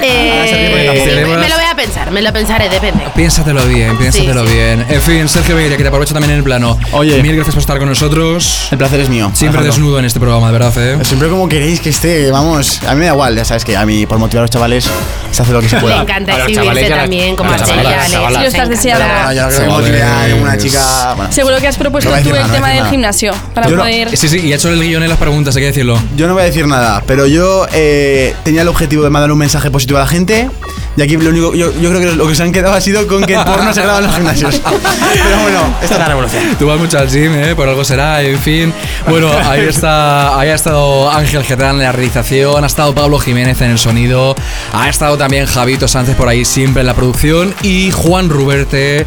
[SPEAKER 5] Eh,
[SPEAKER 1] porque
[SPEAKER 5] sí, me,
[SPEAKER 1] tampoco.
[SPEAKER 5] me lo voy a pensar, me lo pensaré, depende.
[SPEAKER 1] Piénsatelo bien, piénsatelo bien. En fin, Sergio Begueria, que te aprovecho también en el plano. Oye. Mil gracias por estar con nosotros.
[SPEAKER 4] El placer es mío.
[SPEAKER 1] Siempre
[SPEAKER 4] Alejandro.
[SPEAKER 1] desnudo en este programa, de verdad, ¿eh?
[SPEAKER 4] Siempre como queréis que esté, vamos. A mí me da igual, ya sabes que a mí, por motivar a los chavales, se hace lo que se pueda.
[SPEAKER 5] Le encanta exhibirse también, como a
[SPEAKER 4] las chavalas,
[SPEAKER 5] Celia,
[SPEAKER 4] las
[SPEAKER 5] le-
[SPEAKER 4] chavalas.
[SPEAKER 5] si lo estás deseando.
[SPEAKER 4] Ah, yo creo que
[SPEAKER 1] Chavales.
[SPEAKER 4] motivar a una chica. Bueno.
[SPEAKER 2] Seguro que has propuesto
[SPEAKER 4] No voy a
[SPEAKER 2] tú
[SPEAKER 4] decir
[SPEAKER 2] el
[SPEAKER 4] nada, no voy a
[SPEAKER 2] tema
[SPEAKER 4] decir
[SPEAKER 2] del
[SPEAKER 4] nada.
[SPEAKER 2] gimnasio para
[SPEAKER 4] Yo no-
[SPEAKER 2] poder.
[SPEAKER 1] Sí, sí, y ha hecho el guión en las preguntas, hay que decirlo.
[SPEAKER 4] Yo no voy a decir nada, pero yo eh, tenía el objetivo de mandar un mensaje positivo a la gente. Y aquí lo único, yo, yo creo que lo que se han quedado ha sido con que el porno se graba en los gimnasios. Pero bueno, esta es la revolución.
[SPEAKER 1] Tú vas mucho al gym, ¿eh? por algo será, en fin. Bueno, ahí está, ahí ha estado Ángel Getán en la realización, ha estado Pablo Jiménez en el sonido, ha estado también Javito Sánchez por ahí siempre en la producción y Juan Ruberte.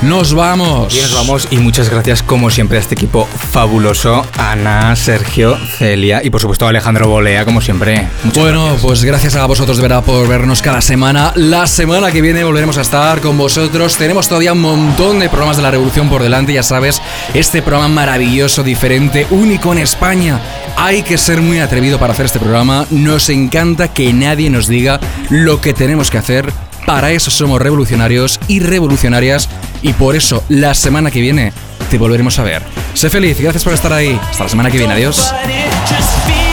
[SPEAKER 1] Nos vamos.
[SPEAKER 3] Y nos vamos y muchas gracias como siempre a este equipo fabuloso, Ana, Sergio, Celia y por supuesto a Alejandro Bolea como siempre.
[SPEAKER 1] bueno, pues gracias a vosotros de verdad por vernos cada semana. La semana que viene volveremos a estar con vosotros. Tenemos todavía un montón de programas de la Revolución por delante, ya sabes, este programa maravilloso, diferente, único en España. Hay que ser muy atrevido para hacer este programa. Nos encanta que nadie nos diga lo que tenemos que hacer. Para eso somos revolucionarios y revolucionarias y por eso la semana que viene te volveremos a ver. Sé feliz, gracias por estar ahí. Hasta la semana que viene, adiós.
[SPEAKER 18] But it just feels